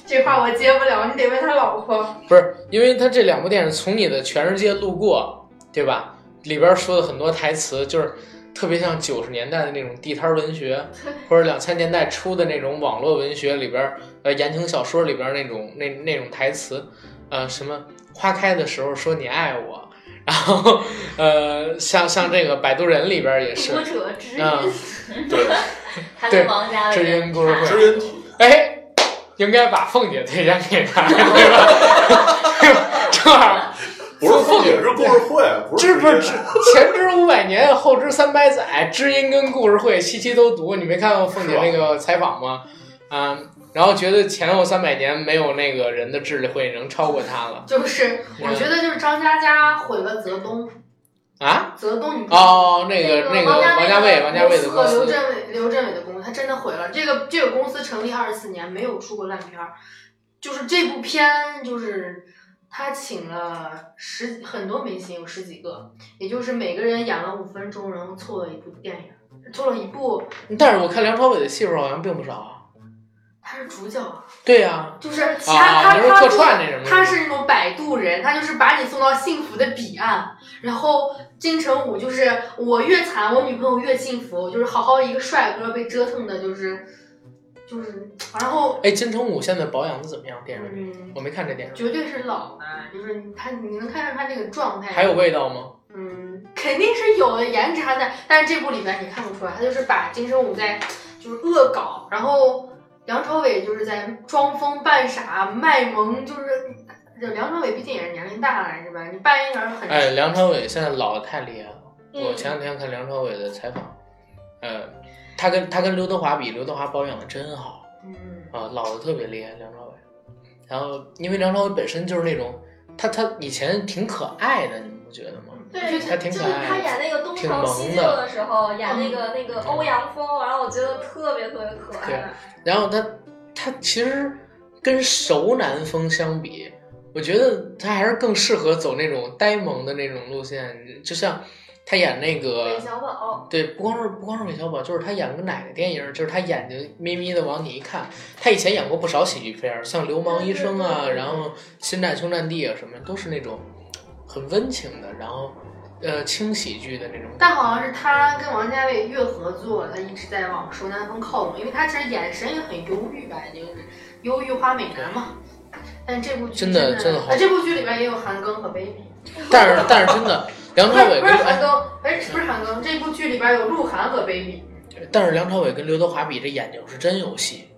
[SPEAKER 3] 这话我接不了，你得问他老婆。
[SPEAKER 2] 不是，因为他这两部电影从你的全世界路过，对吧？里边说的很多台词就是特别像九十年代的那种地摊文学，或者两千年代初的那种网络文学里边，呃，言情小说里边那种那那种台词，呃，什么花开的时候说你爱我，然后后呃，像像这个《摆渡人》里边也是
[SPEAKER 5] 读，者知
[SPEAKER 2] 嗯
[SPEAKER 5] 音，
[SPEAKER 6] 对，
[SPEAKER 4] 他
[SPEAKER 2] 对
[SPEAKER 4] 跟王家
[SPEAKER 2] 知
[SPEAKER 4] 卫
[SPEAKER 2] 音故事会
[SPEAKER 6] 知音体
[SPEAKER 2] 哎，应该把凤姐推荐给他，对吧？ 正好
[SPEAKER 6] 不是凤姐是故事会，不
[SPEAKER 2] 知
[SPEAKER 6] 是
[SPEAKER 2] 不
[SPEAKER 6] 知
[SPEAKER 2] 知
[SPEAKER 6] 音
[SPEAKER 2] 前知五百年，后知三百载，知音跟故事会期期都读。你没看过凤姐那个采访吗？啊，然后觉得前后三百年没有那个人的智慧能超过他了
[SPEAKER 3] 就是我觉得就是张嘉佳毁了泽东，
[SPEAKER 2] 啊！
[SPEAKER 3] 泽东你
[SPEAKER 2] 哦，那个那个王家卫，王家卫的公
[SPEAKER 3] 公刘
[SPEAKER 2] 司，
[SPEAKER 3] 镇伟，刘镇伟的公司，他真的毁了这个这个公司成立二十四年没有出过烂片儿，就是这部片就是他请了十很多明星，有十几个，也就是每个人演了五分钟，然后凑了一部电影，凑了一部，
[SPEAKER 2] 但是我看梁朝伟的戏份好像并不少啊。
[SPEAKER 3] 他是主角啊。
[SPEAKER 2] 对呀、
[SPEAKER 3] 就是他
[SPEAKER 2] 啊
[SPEAKER 3] 他
[SPEAKER 2] 你说
[SPEAKER 3] 他
[SPEAKER 2] 客
[SPEAKER 3] 不
[SPEAKER 2] 串那什么的
[SPEAKER 3] 他是那种摆渡人，他就是把你送到幸福的彼岸。然后金城武就是我越惨，我女朋友越幸福，就是好好一个帅哥被折腾的，就是就是，然后
[SPEAKER 2] 哎，金城武现在保养的怎么样？电视剧
[SPEAKER 3] 嗯，
[SPEAKER 2] 我没看这电视剧，
[SPEAKER 3] 绝对是老的，就是他你能看出他那个状态，
[SPEAKER 2] 还有味道吗？
[SPEAKER 3] 嗯，肯定是有的，颜值还在，但是这部里面你看不出来，他就是把金城武在就是恶搞，然后梁朝伟就是在装疯扮傻、卖萌，就是就梁朝伟毕竟也是年龄大了，是吧？你扮演点很、
[SPEAKER 2] 哎，梁朝伟现在老的太厉害了。
[SPEAKER 5] 嗯
[SPEAKER 2] 我前两天看梁朝伟的采访，呃，他跟他跟刘德华比，刘德华保养的真好
[SPEAKER 3] 嗯，
[SPEAKER 2] 啊，老的特别厉害，梁朝伟。然后，因为梁朝伟本身就是那种，他他以前挺可爱的，你们不觉得吗？
[SPEAKER 5] 对，
[SPEAKER 2] 还挺
[SPEAKER 5] 就
[SPEAKER 2] 可
[SPEAKER 5] 是
[SPEAKER 2] 爱
[SPEAKER 5] 他演那个《东成西就》的时候，
[SPEAKER 2] 嗯
[SPEAKER 5] 演那个那个欧阳锋，然后我觉得特别特别可爱。
[SPEAKER 2] 然后他他其实跟熟男风相比，我觉得他还是更适合走那种呆萌的那种路线，就像他演那个
[SPEAKER 5] 韦小宝，
[SPEAKER 2] 对，不光是不光是韦小宝，就是他演个哪个电影儿，就是他眼睛眯眯的往你一看。他以前演过不少喜剧片儿，像《流氓医生》啊，
[SPEAKER 5] 对对对对
[SPEAKER 2] 然后《新战兄战弟》啊，什么都是那种很温情的，然后呃轻喜剧的那种。
[SPEAKER 3] 但好像是他跟王家卫越合作，他一直在往熟男风靠拢，因为他其实眼神也很忧郁吧，就是忧郁花美男嘛。但这部剧
[SPEAKER 2] 真的真
[SPEAKER 3] 真
[SPEAKER 2] 的好
[SPEAKER 3] 啊，这部剧里面也有韩庚和 baby。
[SPEAKER 2] 但是但是真 的，梁
[SPEAKER 3] 不
[SPEAKER 2] 朝
[SPEAKER 3] 是
[SPEAKER 2] 伟
[SPEAKER 3] 不
[SPEAKER 2] 跟
[SPEAKER 3] 是韩
[SPEAKER 2] 哎，
[SPEAKER 3] 庚，哎，不是韩庚，这部剧里边有鹿晗和 baby，
[SPEAKER 2] 但是梁朝伟跟刘德华比，这眼睛是真有戏，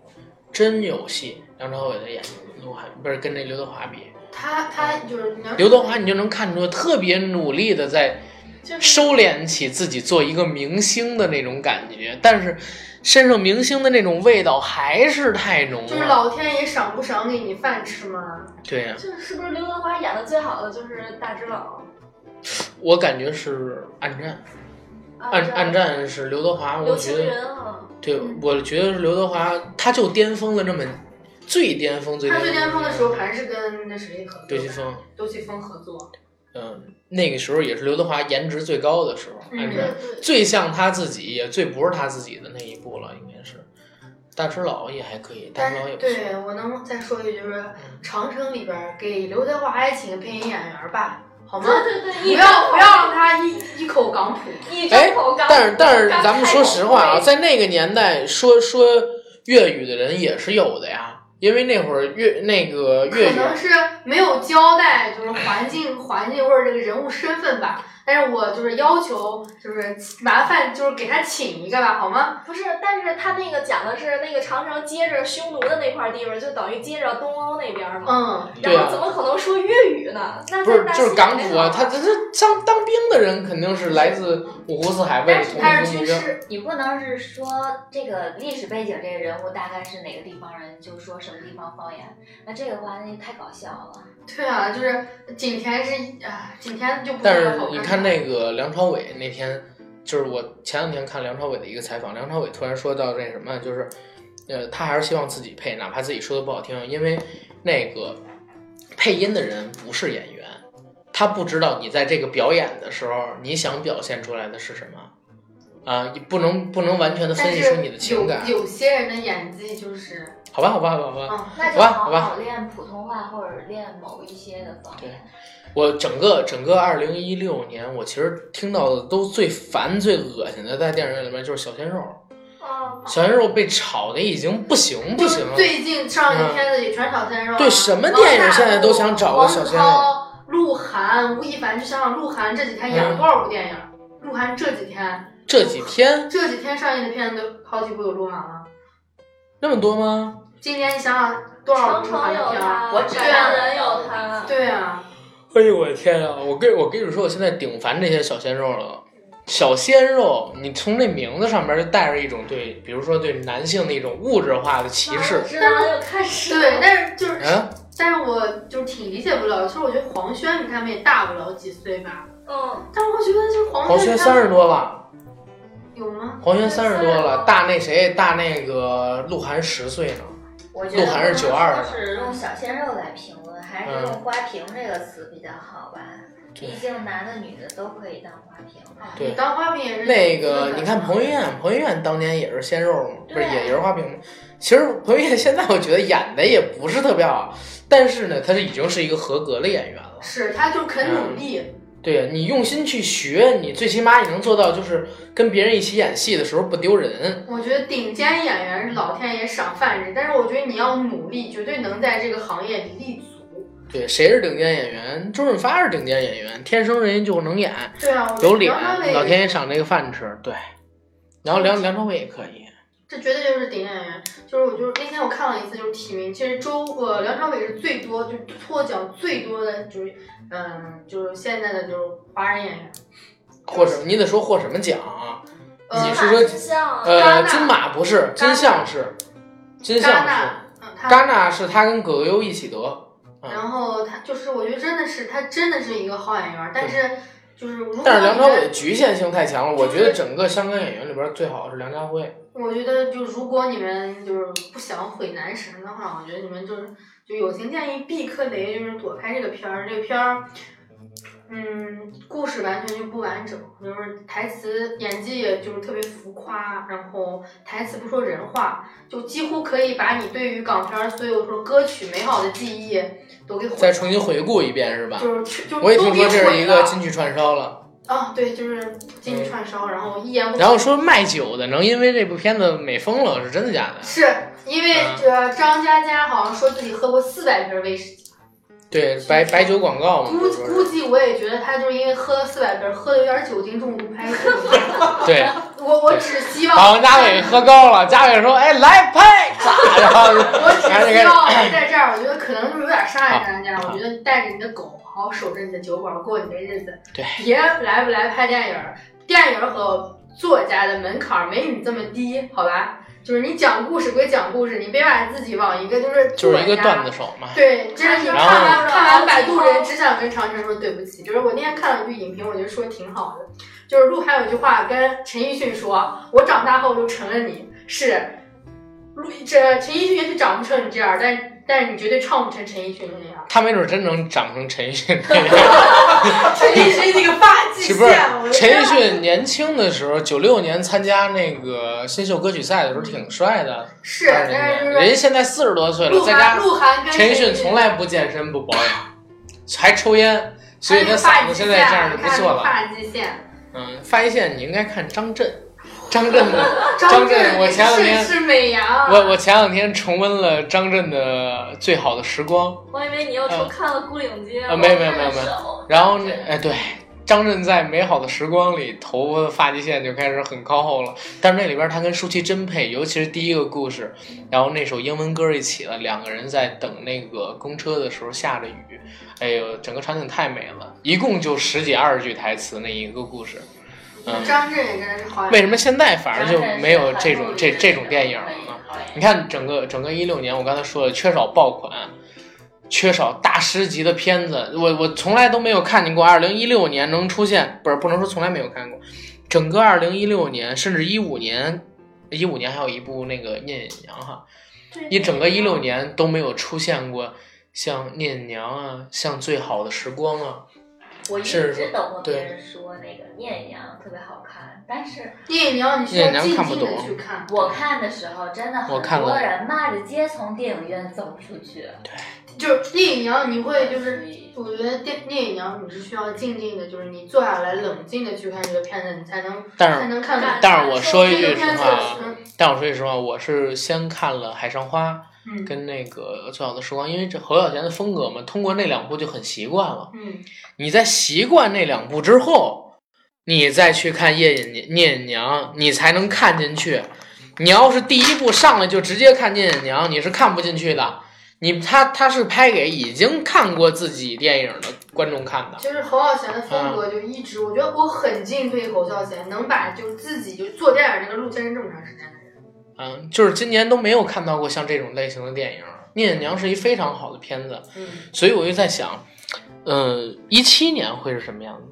[SPEAKER 2] 真有戏。梁朝伟的眼睛，刘海不是跟那刘德华比，
[SPEAKER 3] 他他就是你要
[SPEAKER 2] 啊刘德华你就能看出特别努力的在
[SPEAKER 5] 就是
[SPEAKER 2] 收敛起自己做一个明星的那种感觉，但是身上明星的那种味道还是太浓
[SPEAKER 3] 就是
[SPEAKER 2] 了。
[SPEAKER 3] 老天爷赏不赏给你饭吃嘛？
[SPEAKER 2] 对呀、
[SPEAKER 5] 就是是不是刘德华演的最好的就是大只佬？
[SPEAKER 2] 我感觉是暗战，
[SPEAKER 5] 啊
[SPEAKER 2] 暗暗，战是刘德华，我
[SPEAKER 5] 刘
[SPEAKER 2] 觉
[SPEAKER 5] 青
[SPEAKER 2] 得
[SPEAKER 5] 云啊，
[SPEAKER 2] 对，我觉得是刘德华，他就巅峰了这么最巅峰最
[SPEAKER 3] 他最巅峰的时候
[SPEAKER 2] 就是
[SPEAKER 3] 还是跟那谁合作的，
[SPEAKER 2] 刘奇峰，
[SPEAKER 3] 刘奇峰合作，
[SPEAKER 2] 嗯，那个时候也是刘德华颜值最高的时候，
[SPEAKER 3] 嗯
[SPEAKER 2] 暗
[SPEAKER 5] 对
[SPEAKER 2] 战
[SPEAKER 5] 对，
[SPEAKER 2] 最像他自己，也最不是他自己的那一部了，应该是。大只佬也还可以，大
[SPEAKER 3] 但
[SPEAKER 2] 只佬也
[SPEAKER 3] 是
[SPEAKER 2] 不错。
[SPEAKER 3] 对我能再说一句，就是
[SPEAKER 2] 嗯
[SPEAKER 3] 长城里边给刘德华也请个配音演员吧，好吗？
[SPEAKER 5] 对对对，
[SPEAKER 3] 不要不要让他一一口港普，
[SPEAKER 5] 一
[SPEAKER 2] 哎
[SPEAKER 5] 张口刚，
[SPEAKER 2] 但是但是，
[SPEAKER 5] 刚
[SPEAKER 2] 咱们
[SPEAKER 5] 开
[SPEAKER 2] 说
[SPEAKER 5] 口
[SPEAKER 2] 实话啊，
[SPEAKER 5] 对
[SPEAKER 2] 在那个年代说说粤语的人也是有的呀，因为那会儿粤那个粤
[SPEAKER 3] 可
[SPEAKER 2] 语
[SPEAKER 3] 能是没有交代，就是环境、环境或者这个人物身份吧。但是我就是要求，就是麻烦，就是给他请一个吧，好吗？
[SPEAKER 5] 不是，但是他那个讲的是那个长城接着匈奴的那块地方，就等于接着东欧那边嘛。
[SPEAKER 3] 嗯，
[SPEAKER 2] 对
[SPEAKER 5] 然
[SPEAKER 2] 啊
[SPEAKER 5] 后怎么可能说粤语呢？那
[SPEAKER 2] 不是
[SPEAKER 5] 那
[SPEAKER 2] 就是港普啊，
[SPEAKER 5] 西
[SPEAKER 2] 他
[SPEAKER 5] 北
[SPEAKER 2] 他他当当兵的人肯定是来自五湖四海，为了统
[SPEAKER 3] 但是
[SPEAKER 2] 一中
[SPEAKER 3] 他是
[SPEAKER 2] 国
[SPEAKER 3] 军
[SPEAKER 2] 标。
[SPEAKER 3] 师，
[SPEAKER 4] 你不能是说这个历史背景，这个人物大概是哪个地方人，就说什么地方方言，那这个的话那就太搞笑了。
[SPEAKER 3] 对啊，就是景甜是啊，景甜就不
[SPEAKER 2] 但
[SPEAKER 3] 太
[SPEAKER 2] 是
[SPEAKER 3] 好看。
[SPEAKER 2] 你看那个梁朝伟那天，就是我前两天看梁朝伟的一个采访，梁朝伟突然说到那什么，就是，呃，他还是希望自己配，哪怕自己说的不好听，因为那个配音的人不是演员，他不知道你在这个表演的时候你想表现出来的是什么，啊、你不能不能完全的分
[SPEAKER 3] 但
[SPEAKER 2] 析
[SPEAKER 3] 是
[SPEAKER 2] 出你的情感，
[SPEAKER 3] 有有些人的演技就是，
[SPEAKER 2] 好吧，好吧，好吧，好吧。
[SPEAKER 3] 啊，
[SPEAKER 4] 那
[SPEAKER 2] 好
[SPEAKER 4] 就
[SPEAKER 2] 吧好
[SPEAKER 4] 好
[SPEAKER 2] 吧
[SPEAKER 4] 好练普通话或者练某一些的方言。
[SPEAKER 2] 我整个整个二零一六年，我其实听到的都最烦、最恶心的，在电影院里面就是小鲜肉。
[SPEAKER 5] 啊，
[SPEAKER 2] 小鲜肉被炒的已经不行不
[SPEAKER 3] 就
[SPEAKER 2] 行嗯
[SPEAKER 3] 是
[SPEAKER 2] 了。
[SPEAKER 3] 最近上映片子里全小鲜肉啊，
[SPEAKER 2] 对什么电影现在都想找个小鲜肉
[SPEAKER 3] 王大陆王涛鹿晗、吴亦凡，就想想鹿晗这几天演
[SPEAKER 2] 嗯
[SPEAKER 3] 了多少部电影？鹿晗这几天
[SPEAKER 2] 这几天
[SPEAKER 3] 这几天上映的片子都好几部有鹿晗了。
[SPEAKER 2] 那么多吗？
[SPEAKER 3] 今年你想想多少
[SPEAKER 5] 长
[SPEAKER 3] 部鹿
[SPEAKER 5] 城
[SPEAKER 3] 晗
[SPEAKER 5] 有
[SPEAKER 3] 的片儿？
[SPEAKER 5] 他，
[SPEAKER 4] 我只
[SPEAKER 3] 对啊
[SPEAKER 5] 感人有他，
[SPEAKER 3] 对啊，
[SPEAKER 2] 哎呦我的天啊！我跟我跟你说，我现在顶烦这些小鲜肉了。小鲜肉，你从这名字上面就带着一种对，比如说对男性的一种物质化的歧
[SPEAKER 3] 啊
[SPEAKER 2] 视。
[SPEAKER 5] 直男又开始
[SPEAKER 3] 对，但是就是，
[SPEAKER 2] 嗯，
[SPEAKER 3] 但是我就是挺理解不了。其实我觉得黄轩你看他们也大不了几岁吧，
[SPEAKER 5] 嗯，
[SPEAKER 3] 但是我觉得就黄
[SPEAKER 2] 黄轩
[SPEAKER 3] 他
[SPEAKER 2] 三十多了，
[SPEAKER 3] 有吗？
[SPEAKER 2] 黄轩三十多了，大那谁大那个鹿晗十岁呢。
[SPEAKER 4] 我觉得
[SPEAKER 2] 鹿晗是92的
[SPEAKER 4] 不是用小鲜肉来评论，还是用花瓶这个词比较好吧？
[SPEAKER 2] 嗯对
[SPEAKER 4] 毕竟男的女的都可以当花瓶。
[SPEAKER 2] 对
[SPEAKER 3] 你当花瓶也是啊
[SPEAKER 2] 那个
[SPEAKER 3] 挺自，
[SPEAKER 2] 你
[SPEAKER 3] 然
[SPEAKER 2] 看
[SPEAKER 3] 的
[SPEAKER 2] 彭于晏，彭于晏当年也是鲜肉嘛，不是
[SPEAKER 4] 对啊
[SPEAKER 2] 也也是花瓶吗？其实彭于晏现在我觉得演的也不是特别好，但是呢，他是已经是一个合格的演员了。
[SPEAKER 3] 是他就肯努力，
[SPEAKER 2] 对呀，你用心去学，你最起码也能做到，就是跟别人一起演戏的时候不丢人。
[SPEAKER 3] 我觉得顶尖演员是老天爷赏饭吃，但是我觉得你要努力，绝对能在这个行业里立足。
[SPEAKER 2] 对，谁是顶尖演员？周润发是顶尖演员，天生人家就能演，
[SPEAKER 3] 对啊，我
[SPEAKER 2] 有
[SPEAKER 3] 觉得
[SPEAKER 2] 脸
[SPEAKER 3] 梁朝伟，
[SPEAKER 2] 老天爷赏这个饭吃。对，然后梁梁朝伟也可以。
[SPEAKER 3] 这绝对就是顶尖演员。就是我就是那天我看了一次，就是提名，其实周呃梁朝伟是最多就获奖最多的，就是嗯就是现在的就是华人演员。
[SPEAKER 2] 获什么？你得说获什么奖啊？
[SPEAKER 3] 呃
[SPEAKER 2] 你是说
[SPEAKER 5] 金马之像
[SPEAKER 2] 呃，
[SPEAKER 3] 戛纳
[SPEAKER 2] 金马不是，金像是，金像
[SPEAKER 3] 戛
[SPEAKER 2] 是。
[SPEAKER 3] 纳，嗯，他
[SPEAKER 2] 戛嗯纳是他跟葛格优一起得，
[SPEAKER 3] 然后他就是，我觉得真的是他真的是一个好演员，但是就是如果
[SPEAKER 2] 但是梁朝伟
[SPEAKER 3] 你
[SPEAKER 2] 局限性太强了。我
[SPEAKER 3] 就
[SPEAKER 2] 觉得
[SPEAKER 3] 是
[SPEAKER 2] 整个香港演员里边最好是梁家辉。
[SPEAKER 3] 们，我觉得就如果你们就是不想毁男神的话，我觉得你们就是就友情建议避避雷，就是躲开这个片儿。这个片儿，嗯，故事完全就不完整，就是台词、演技也就是特别浮夸，然后台词不说人话，就几乎可以把你对于港片儿所有说歌曲美好的记忆都给毁了
[SPEAKER 2] 再重新回顾一遍是吧？
[SPEAKER 3] 就是去就是
[SPEAKER 2] 我也
[SPEAKER 3] 都
[SPEAKER 2] 听
[SPEAKER 3] 给
[SPEAKER 2] 说这是
[SPEAKER 3] 毁
[SPEAKER 2] 一个
[SPEAKER 3] 了
[SPEAKER 2] 金曲串烧了，
[SPEAKER 3] 啊，对，就是进去串烧，然后一言不合。
[SPEAKER 2] 然后说卖酒的能因为这部片子美疯了，是真的假的？
[SPEAKER 3] 是因为
[SPEAKER 2] 嗯
[SPEAKER 3] 呃，张嘉佳好像说自己喝过四百瓶威士忌，
[SPEAKER 2] 对，白白酒广告嘛，
[SPEAKER 3] 估
[SPEAKER 2] 不
[SPEAKER 3] 估
[SPEAKER 2] 是
[SPEAKER 3] 计我也觉得他就是因为喝了四百瓶，喝的有点酒精中毒拍摄。
[SPEAKER 2] 对。
[SPEAKER 3] 我我只希望
[SPEAKER 2] 好，家伟喝高了，家伟说：“哎，来拍！”咋？然后
[SPEAKER 3] 我只
[SPEAKER 2] 然后就
[SPEAKER 3] 希
[SPEAKER 2] 开始
[SPEAKER 3] 望在这儿，我觉得可能就是有点伤害大家。我觉得带着你的狗好好守着你的酒馆，过你的日子。
[SPEAKER 2] 对，
[SPEAKER 3] 别来不来拍电影儿，电影儿和作家的门槛儿没你这么低，好吧？就是你讲故事归讲故事，你别把自己往一个就是
[SPEAKER 2] 就
[SPEAKER 3] 作
[SPEAKER 2] 是
[SPEAKER 3] 家
[SPEAKER 2] 一个段子手嘛。
[SPEAKER 3] 对，真是你
[SPEAKER 2] 然后
[SPEAKER 3] 看完看完《摆渡人》，只想跟长城说对不起。就是我那天看了一句影评，我觉得说得挺好的，就是鹿晗有句话跟陈奕迅说：“我长大后就成了你。”是，鹿这陈奕迅也许长不成你这样，但但你绝对唱不成陈奕迅那样。
[SPEAKER 2] 他没准真能长成陈奕迅那样，
[SPEAKER 3] 啊陈奕 迅那个发际
[SPEAKER 2] 是不是
[SPEAKER 3] 线，我？的
[SPEAKER 2] 陈
[SPEAKER 3] 天
[SPEAKER 2] 奕
[SPEAKER 3] 啊！
[SPEAKER 2] 迅年轻的时候，九六年参加那个新秀歌曲赛的时候挺帅的，
[SPEAKER 3] 是，
[SPEAKER 2] 二零
[SPEAKER 3] 但是
[SPEAKER 2] 年，
[SPEAKER 3] 就
[SPEAKER 2] 人家
[SPEAKER 3] 是
[SPEAKER 2] 现在四十多岁了，
[SPEAKER 3] 鹿
[SPEAKER 2] 在
[SPEAKER 3] 晗
[SPEAKER 2] 家
[SPEAKER 3] 鹿晗跟
[SPEAKER 2] 陈奕
[SPEAKER 3] 奕
[SPEAKER 2] 迅从来不健身不保养，还抽烟，所以
[SPEAKER 3] 他
[SPEAKER 2] 他
[SPEAKER 3] 那个
[SPEAKER 2] 嗓
[SPEAKER 3] 发际
[SPEAKER 2] 子
[SPEAKER 3] 线
[SPEAKER 2] 现在这样就不
[SPEAKER 3] 看那
[SPEAKER 2] 错
[SPEAKER 3] 个
[SPEAKER 2] 了。
[SPEAKER 3] 发际线，
[SPEAKER 2] 嗯，发际线你应该看张震，张震 的，张
[SPEAKER 3] 张
[SPEAKER 2] 震我前两天
[SPEAKER 3] 是是美伢，
[SPEAKER 2] 我我前两天重温了张震的《最好的时光》，
[SPEAKER 5] 我以为你又重看了《孤岭街》
[SPEAKER 2] 嗯啊没有没有没有没
[SPEAKER 5] 有，
[SPEAKER 2] 然后那哎对，张震在《美好的时光》里头发的发际线就开始很靠后了，但是那里边他跟舒淇真配，尤其是第一个故事，然后那首英文歌一起了，两个人在等那个公车的时候下着雨，哎呦，整个场景太美了，一共就十几二十句台词那一个故事，嗯，
[SPEAKER 3] 张震也真的是好演员。
[SPEAKER 2] 为什么现在反而就
[SPEAKER 4] 当然是
[SPEAKER 2] 没有
[SPEAKER 4] 很
[SPEAKER 2] 这
[SPEAKER 4] 努
[SPEAKER 2] 种
[SPEAKER 4] 力
[SPEAKER 2] 这
[SPEAKER 4] 的
[SPEAKER 2] 这
[SPEAKER 4] 人
[SPEAKER 2] 种
[SPEAKER 4] 都
[SPEAKER 2] 电
[SPEAKER 4] 可
[SPEAKER 2] 影了
[SPEAKER 4] 以
[SPEAKER 2] 呢？
[SPEAKER 4] 好呀
[SPEAKER 2] 你看整个整个一六年，我刚才说了，缺少爆款，缺少大师级的片子，我我从来都没有看见过。二零一六年能出现，不是不能说从来没有看过，整个二零一六年甚至一五年，一五年还有一部那个《聂隐娘》哈，一整个一六年都没有出现过像《聂隐娘》啊，像《最好的时光》啊，
[SPEAKER 4] 我一
[SPEAKER 2] 是
[SPEAKER 4] 直等过
[SPEAKER 2] 对
[SPEAKER 4] 别人说那个聂隐娘特别好看，但是
[SPEAKER 3] 聂隐娘，你需要静静的去看。
[SPEAKER 4] 我看的时候真的
[SPEAKER 2] 我看
[SPEAKER 4] 很
[SPEAKER 2] 过
[SPEAKER 4] 多人骂着街从电影院走出去。
[SPEAKER 3] 就是聂隐娘，你会就是，我觉得聂聂隐娘，你是需要静静的，就是你坐下来冷静的去看这个片子，你才能
[SPEAKER 2] 但是
[SPEAKER 3] 才能看懂。
[SPEAKER 2] 但是我说一
[SPEAKER 3] 这
[SPEAKER 2] 句
[SPEAKER 3] 个
[SPEAKER 2] 实
[SPEAKER 3] 片子
[SPEAKER 2] 话啊，
[SPEAKER 3] 是，
[SPEAKER 2] 但我说句实话，我是先看了《海上花》，
[SPEAKER 3] 嗯
[SPEAKER 2] 跟那个最好的时光，因为这侯孝贤的风格嘛，通过那两部就很习惯了。
[SPEAKER 3] 嗯
[SPEAKER 2] 你在习惯那两部之后，你再去看《夜隐聂隐娘》，你才能看进去。你要是第一部上来就直接看《聂隐娘》，你是看不进去的。你他他是拍给已经看过自己电影的观众看的，
[SPEAKER 3] 就是侯孝贤的风
[SPEAKER 2] 嗯
[SPEAKER 3] 格就一直，我觉得我很敬佩侯孝贤，能把就是自己就做电影这个路坚持这么长时间的人。
[SPEAKER 2] 嗯，就是今年都没有看到过像这种类型的电影。《聂隐娘》是一非常好的片子，
[SPEAKER 3] 嗯，
[SPEAKER 2] 所以我就在想，嗯、1一七年会是什么样子？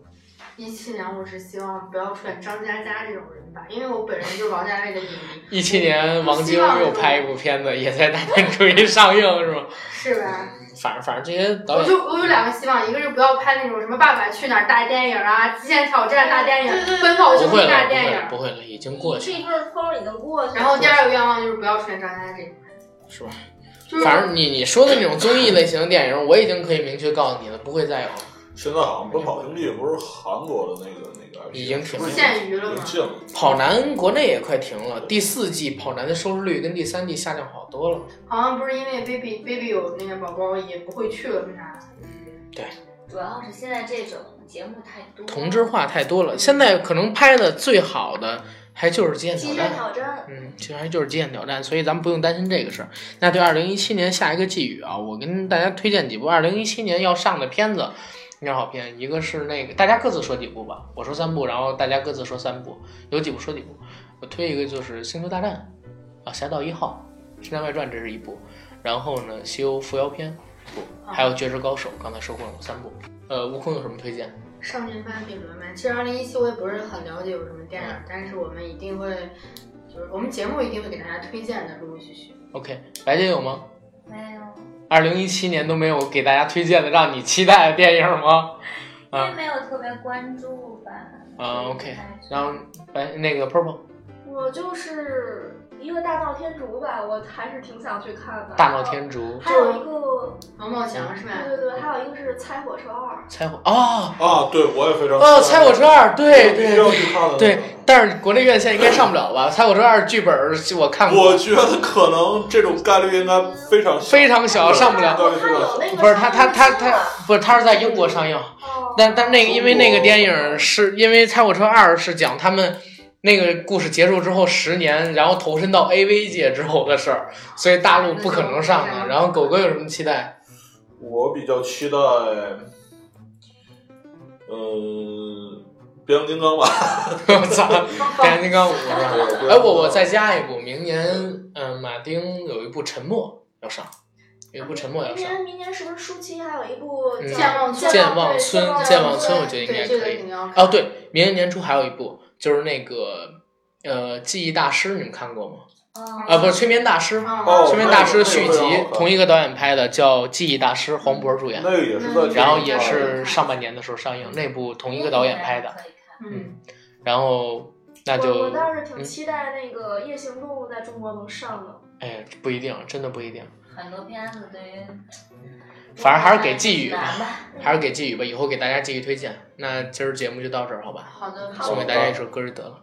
[SPEAKER 3] 一七年我是希望不要出现张嘉佳这种人吧，因为我本人就是王家卫的影迷，
[SPEAKER 2] 一七年王晶又拍一部片子，也在大年初一上映，是吗？
[SPEAKER 3] 是吧？
[SPEAKER 2] 反正反正这些导
[SPEAKER 3] 我
[SPEAKER 2] 演，
[SPEAKER 3] 就我有两个希望，一个是不要拍那种什么《爸爸去哪儿》大电影啊，《极限挑战》大电影，《奔跑
[SPEAKER 2] 不
[SPEAKER 3] 兄弟
[SPEAKER 2] 会》了，
[SPEAKER 3] 大
[SPEAKER 2] 不会
[SPEAKER 3] 电
[SPEAKER 2] 了，
[SPEAKER 3] 影。
[SPEAKER 2] 不会了，已经过去
[SPEAKER 5] 这一
[SPEAKER 2] 了，
[SPEAKER 5] 阵风已经过去了。
[SPEAKER 3] 然后第二个愿望就是不要出现张嘉佳这种人，
[SPEAKER 2] 是吧？
[SPEAKER 3] 就是
[SPEAKER 2] 反正你你说的那种综艺类型的电影，我已经可以明确告诉你了，不会再哦有了。
[SPEAKER 6] 现在好像《奔跑兄弟》不是韩国的那个那个 IP，
[SPEAKER 2] 已经停了
[SPEAKER 3] 限娱了
[SPEAKER 6] 已
[SPEAKER 3] 吗
[SPEAKER 6] 经？禁了。
[SPEAKER 2] 跑男国内也快停了，第四季跑男的收视率跟第三季下降好多了。
[SPEAKER 3] 好像不是因为 baby baby 有那个宝宝也不会去了，是啥？
[SPEAKER 4] 主要是现在这种节目太多，
[SPEAKER 2] 同质化太多了，现在可能拍的最好的还就是《极限挑
[SPEAKER 5] 极
[SPEAKER 2] 战
[SPEAKER 5] 限》。挑战，
[SPEAKER 2] 嗯，其实还就是《极限挑战》，所以咱们不用担心这个事儿。那对二零一七年下一个寄语啊，我跟大家推荐几部二零一七年要上的片子，鸟好片。一个是那个，大家各自说几部吧，我说三部，然后大家各自说三部，有几部说几部。我推一个就是《星球大战》啊，《侠盗一号》《神探外传》这是一部，然后呢，《西游伏妖篇》一部，还有《绝世高手》，刚才说过了三部。呃，悟空有什么推荐？
[SPEAKER 3] 少年班比伦班，其实二零一七我也不是很了解有什么电影，但是我们一定会，就是我们节目一定会给大家推荐的，陆陆续续。
[SPEAKER 2] OK，白姐有吗？
[SPEAKER 4] 没有，
[SPEAKER 2] 二零一七年都没有给大家推荐的让你期待的电影吗？
[SPEAKER 4] 因为
[SPEAKER 2] 啊
[SPEAKER 4] 没有特别关注吧。
[SPEAKER 2] 啊，OK，然后
[SPEAKER 4] 后
[SPEAKER 2] 白那个 Purple
[SPEAKER 5] 我就是一个大闹天竺吧，我还是挺想去看的。
[SPEAKER 2] 大闹天竺
[SPEAKER 5] 还有一个，
[SPEAKER 3] 王宝强是吧？
[SPEAKER 5] 对对对，还有一个是《猜火车二
[SPEAKER 2] 猜火哦
[SPEAKER 6] 啊，对，我也非常
[SPEAKER 2] 哦，猜火车二，对
[SPEAKER 6] 必
[SPEAKER 2] 对
[SPEAKER 6] 须要
[SPEAKER 2] 对
[SPEAKER 6] 去看的。
[SPEAKER 2] 对，但是国内院线应该上不了吧？猜火车二剧本儿我看过，
[SPEAKER 6] 我觉得可能这种概率应该非常小。
[SPEAKER 2] 非常小，哦上不》。了。
[SPEAKER 5] 我看有那个
[SPEAKER 2] 不是他他他
[SPEAKER 5] 上映的
[SPEAKER 2] 他不是他是在英国上映，
[SPEAKER 5] 啊哦
[SPEAKER 2] 但但那个因为那个电影是因为猜火车二是讲他们。那个故事结束之后十年，然后投身到 AV 界之后的事儿，所以大陆不可能上的。然后狗哥有什么期待？
[SPEAKER 6] 我比较期待，呃嗯，变形金刚吧。
[SPEAKER 2] 我操，变形金刚五是吧？
[SPEAKER 6] 对
[SPEAKER 2] 哎，我我再加一部，明年嗯、呃马丁有一部《沉默》要上，有一部《沉默》要
[SPEAKER 5] 明
[SPEAKER 2] 上。
[SPEAKER 5] 年明年是不是舒淇还有一部
[SPEAKER 2] 嗯
[SPEAKER 5] 叫
[SPEAKER 3] 健忘村
[SPEAKER 2] 健忘村，
[SPEAKER 5] 对
[SPEAKER 2] 健
[SPEAKER 5] 健
[SPEAKER 2] 忘
[SPEAKER 5] 忘
[SPEAKER 2] 村，
[SPEAKER 5] 村
[SPEAKER 2] 我觉得应该
[SPEAKER 3] 对这
[SPEAKER 2] 可
[SPEAKER 3] 个
[SPEAKER 2] 以
[SPEAKER 3] 肯。定要看。
[SPEAKER 2] 哦，，对，明年年初还有一部，就是那个呃，《记忆大师》，你们看过吗？啊，
[SPEAKER 4] 啊
[SPEAKER 2] 不是《催眠大师》，《
[SPEAKER 3] 哦，
[SPEAKER 6] 哦
[SPEAKER 2] 催眠大师》续
[SPEAKER 6] 那个非
[SPEAKER 2] 集
[SPEAKER 6] 常，好
[SPEAKER 2] 同一个导演拍的，叫《记忆大师》，黄渤主演
[SPEAKER 6] 那，个也是
[SPEAKER 3] 嗯
[SPEAKER 6] 在，
[SPEAKER 2] 然后也是上半年的时候上映，那部同一个导演拍的。
[SPEAKER 4] 可以看
[SPEAKER 3] 嗯，
[SPEAKER 2] 然后那
[SPEAKER 5] 我
[SPEAKER 2] 就
[SPEAKER 5] 我倒是挺
[SPEAKER 2] 嗯
[SPEAKER 5] 期待那个《夜行动物》在中国能上的。
[SPEAKER 2] 哎，不一定，真的不一定。
[SPEAKER 4] 很多片子，对于嗯
[SPEAKER 2] 反正还是给寄语吧
[SPEAKER 4] 难吧。
[SPEAKER 2] 还是给寄语吧，以后给大家继续推荐。那今儿节目就到这儿，好吧？
[SPEAKER 3] 好的，
[SPEAKER 2] 送给大家一首歌就得了。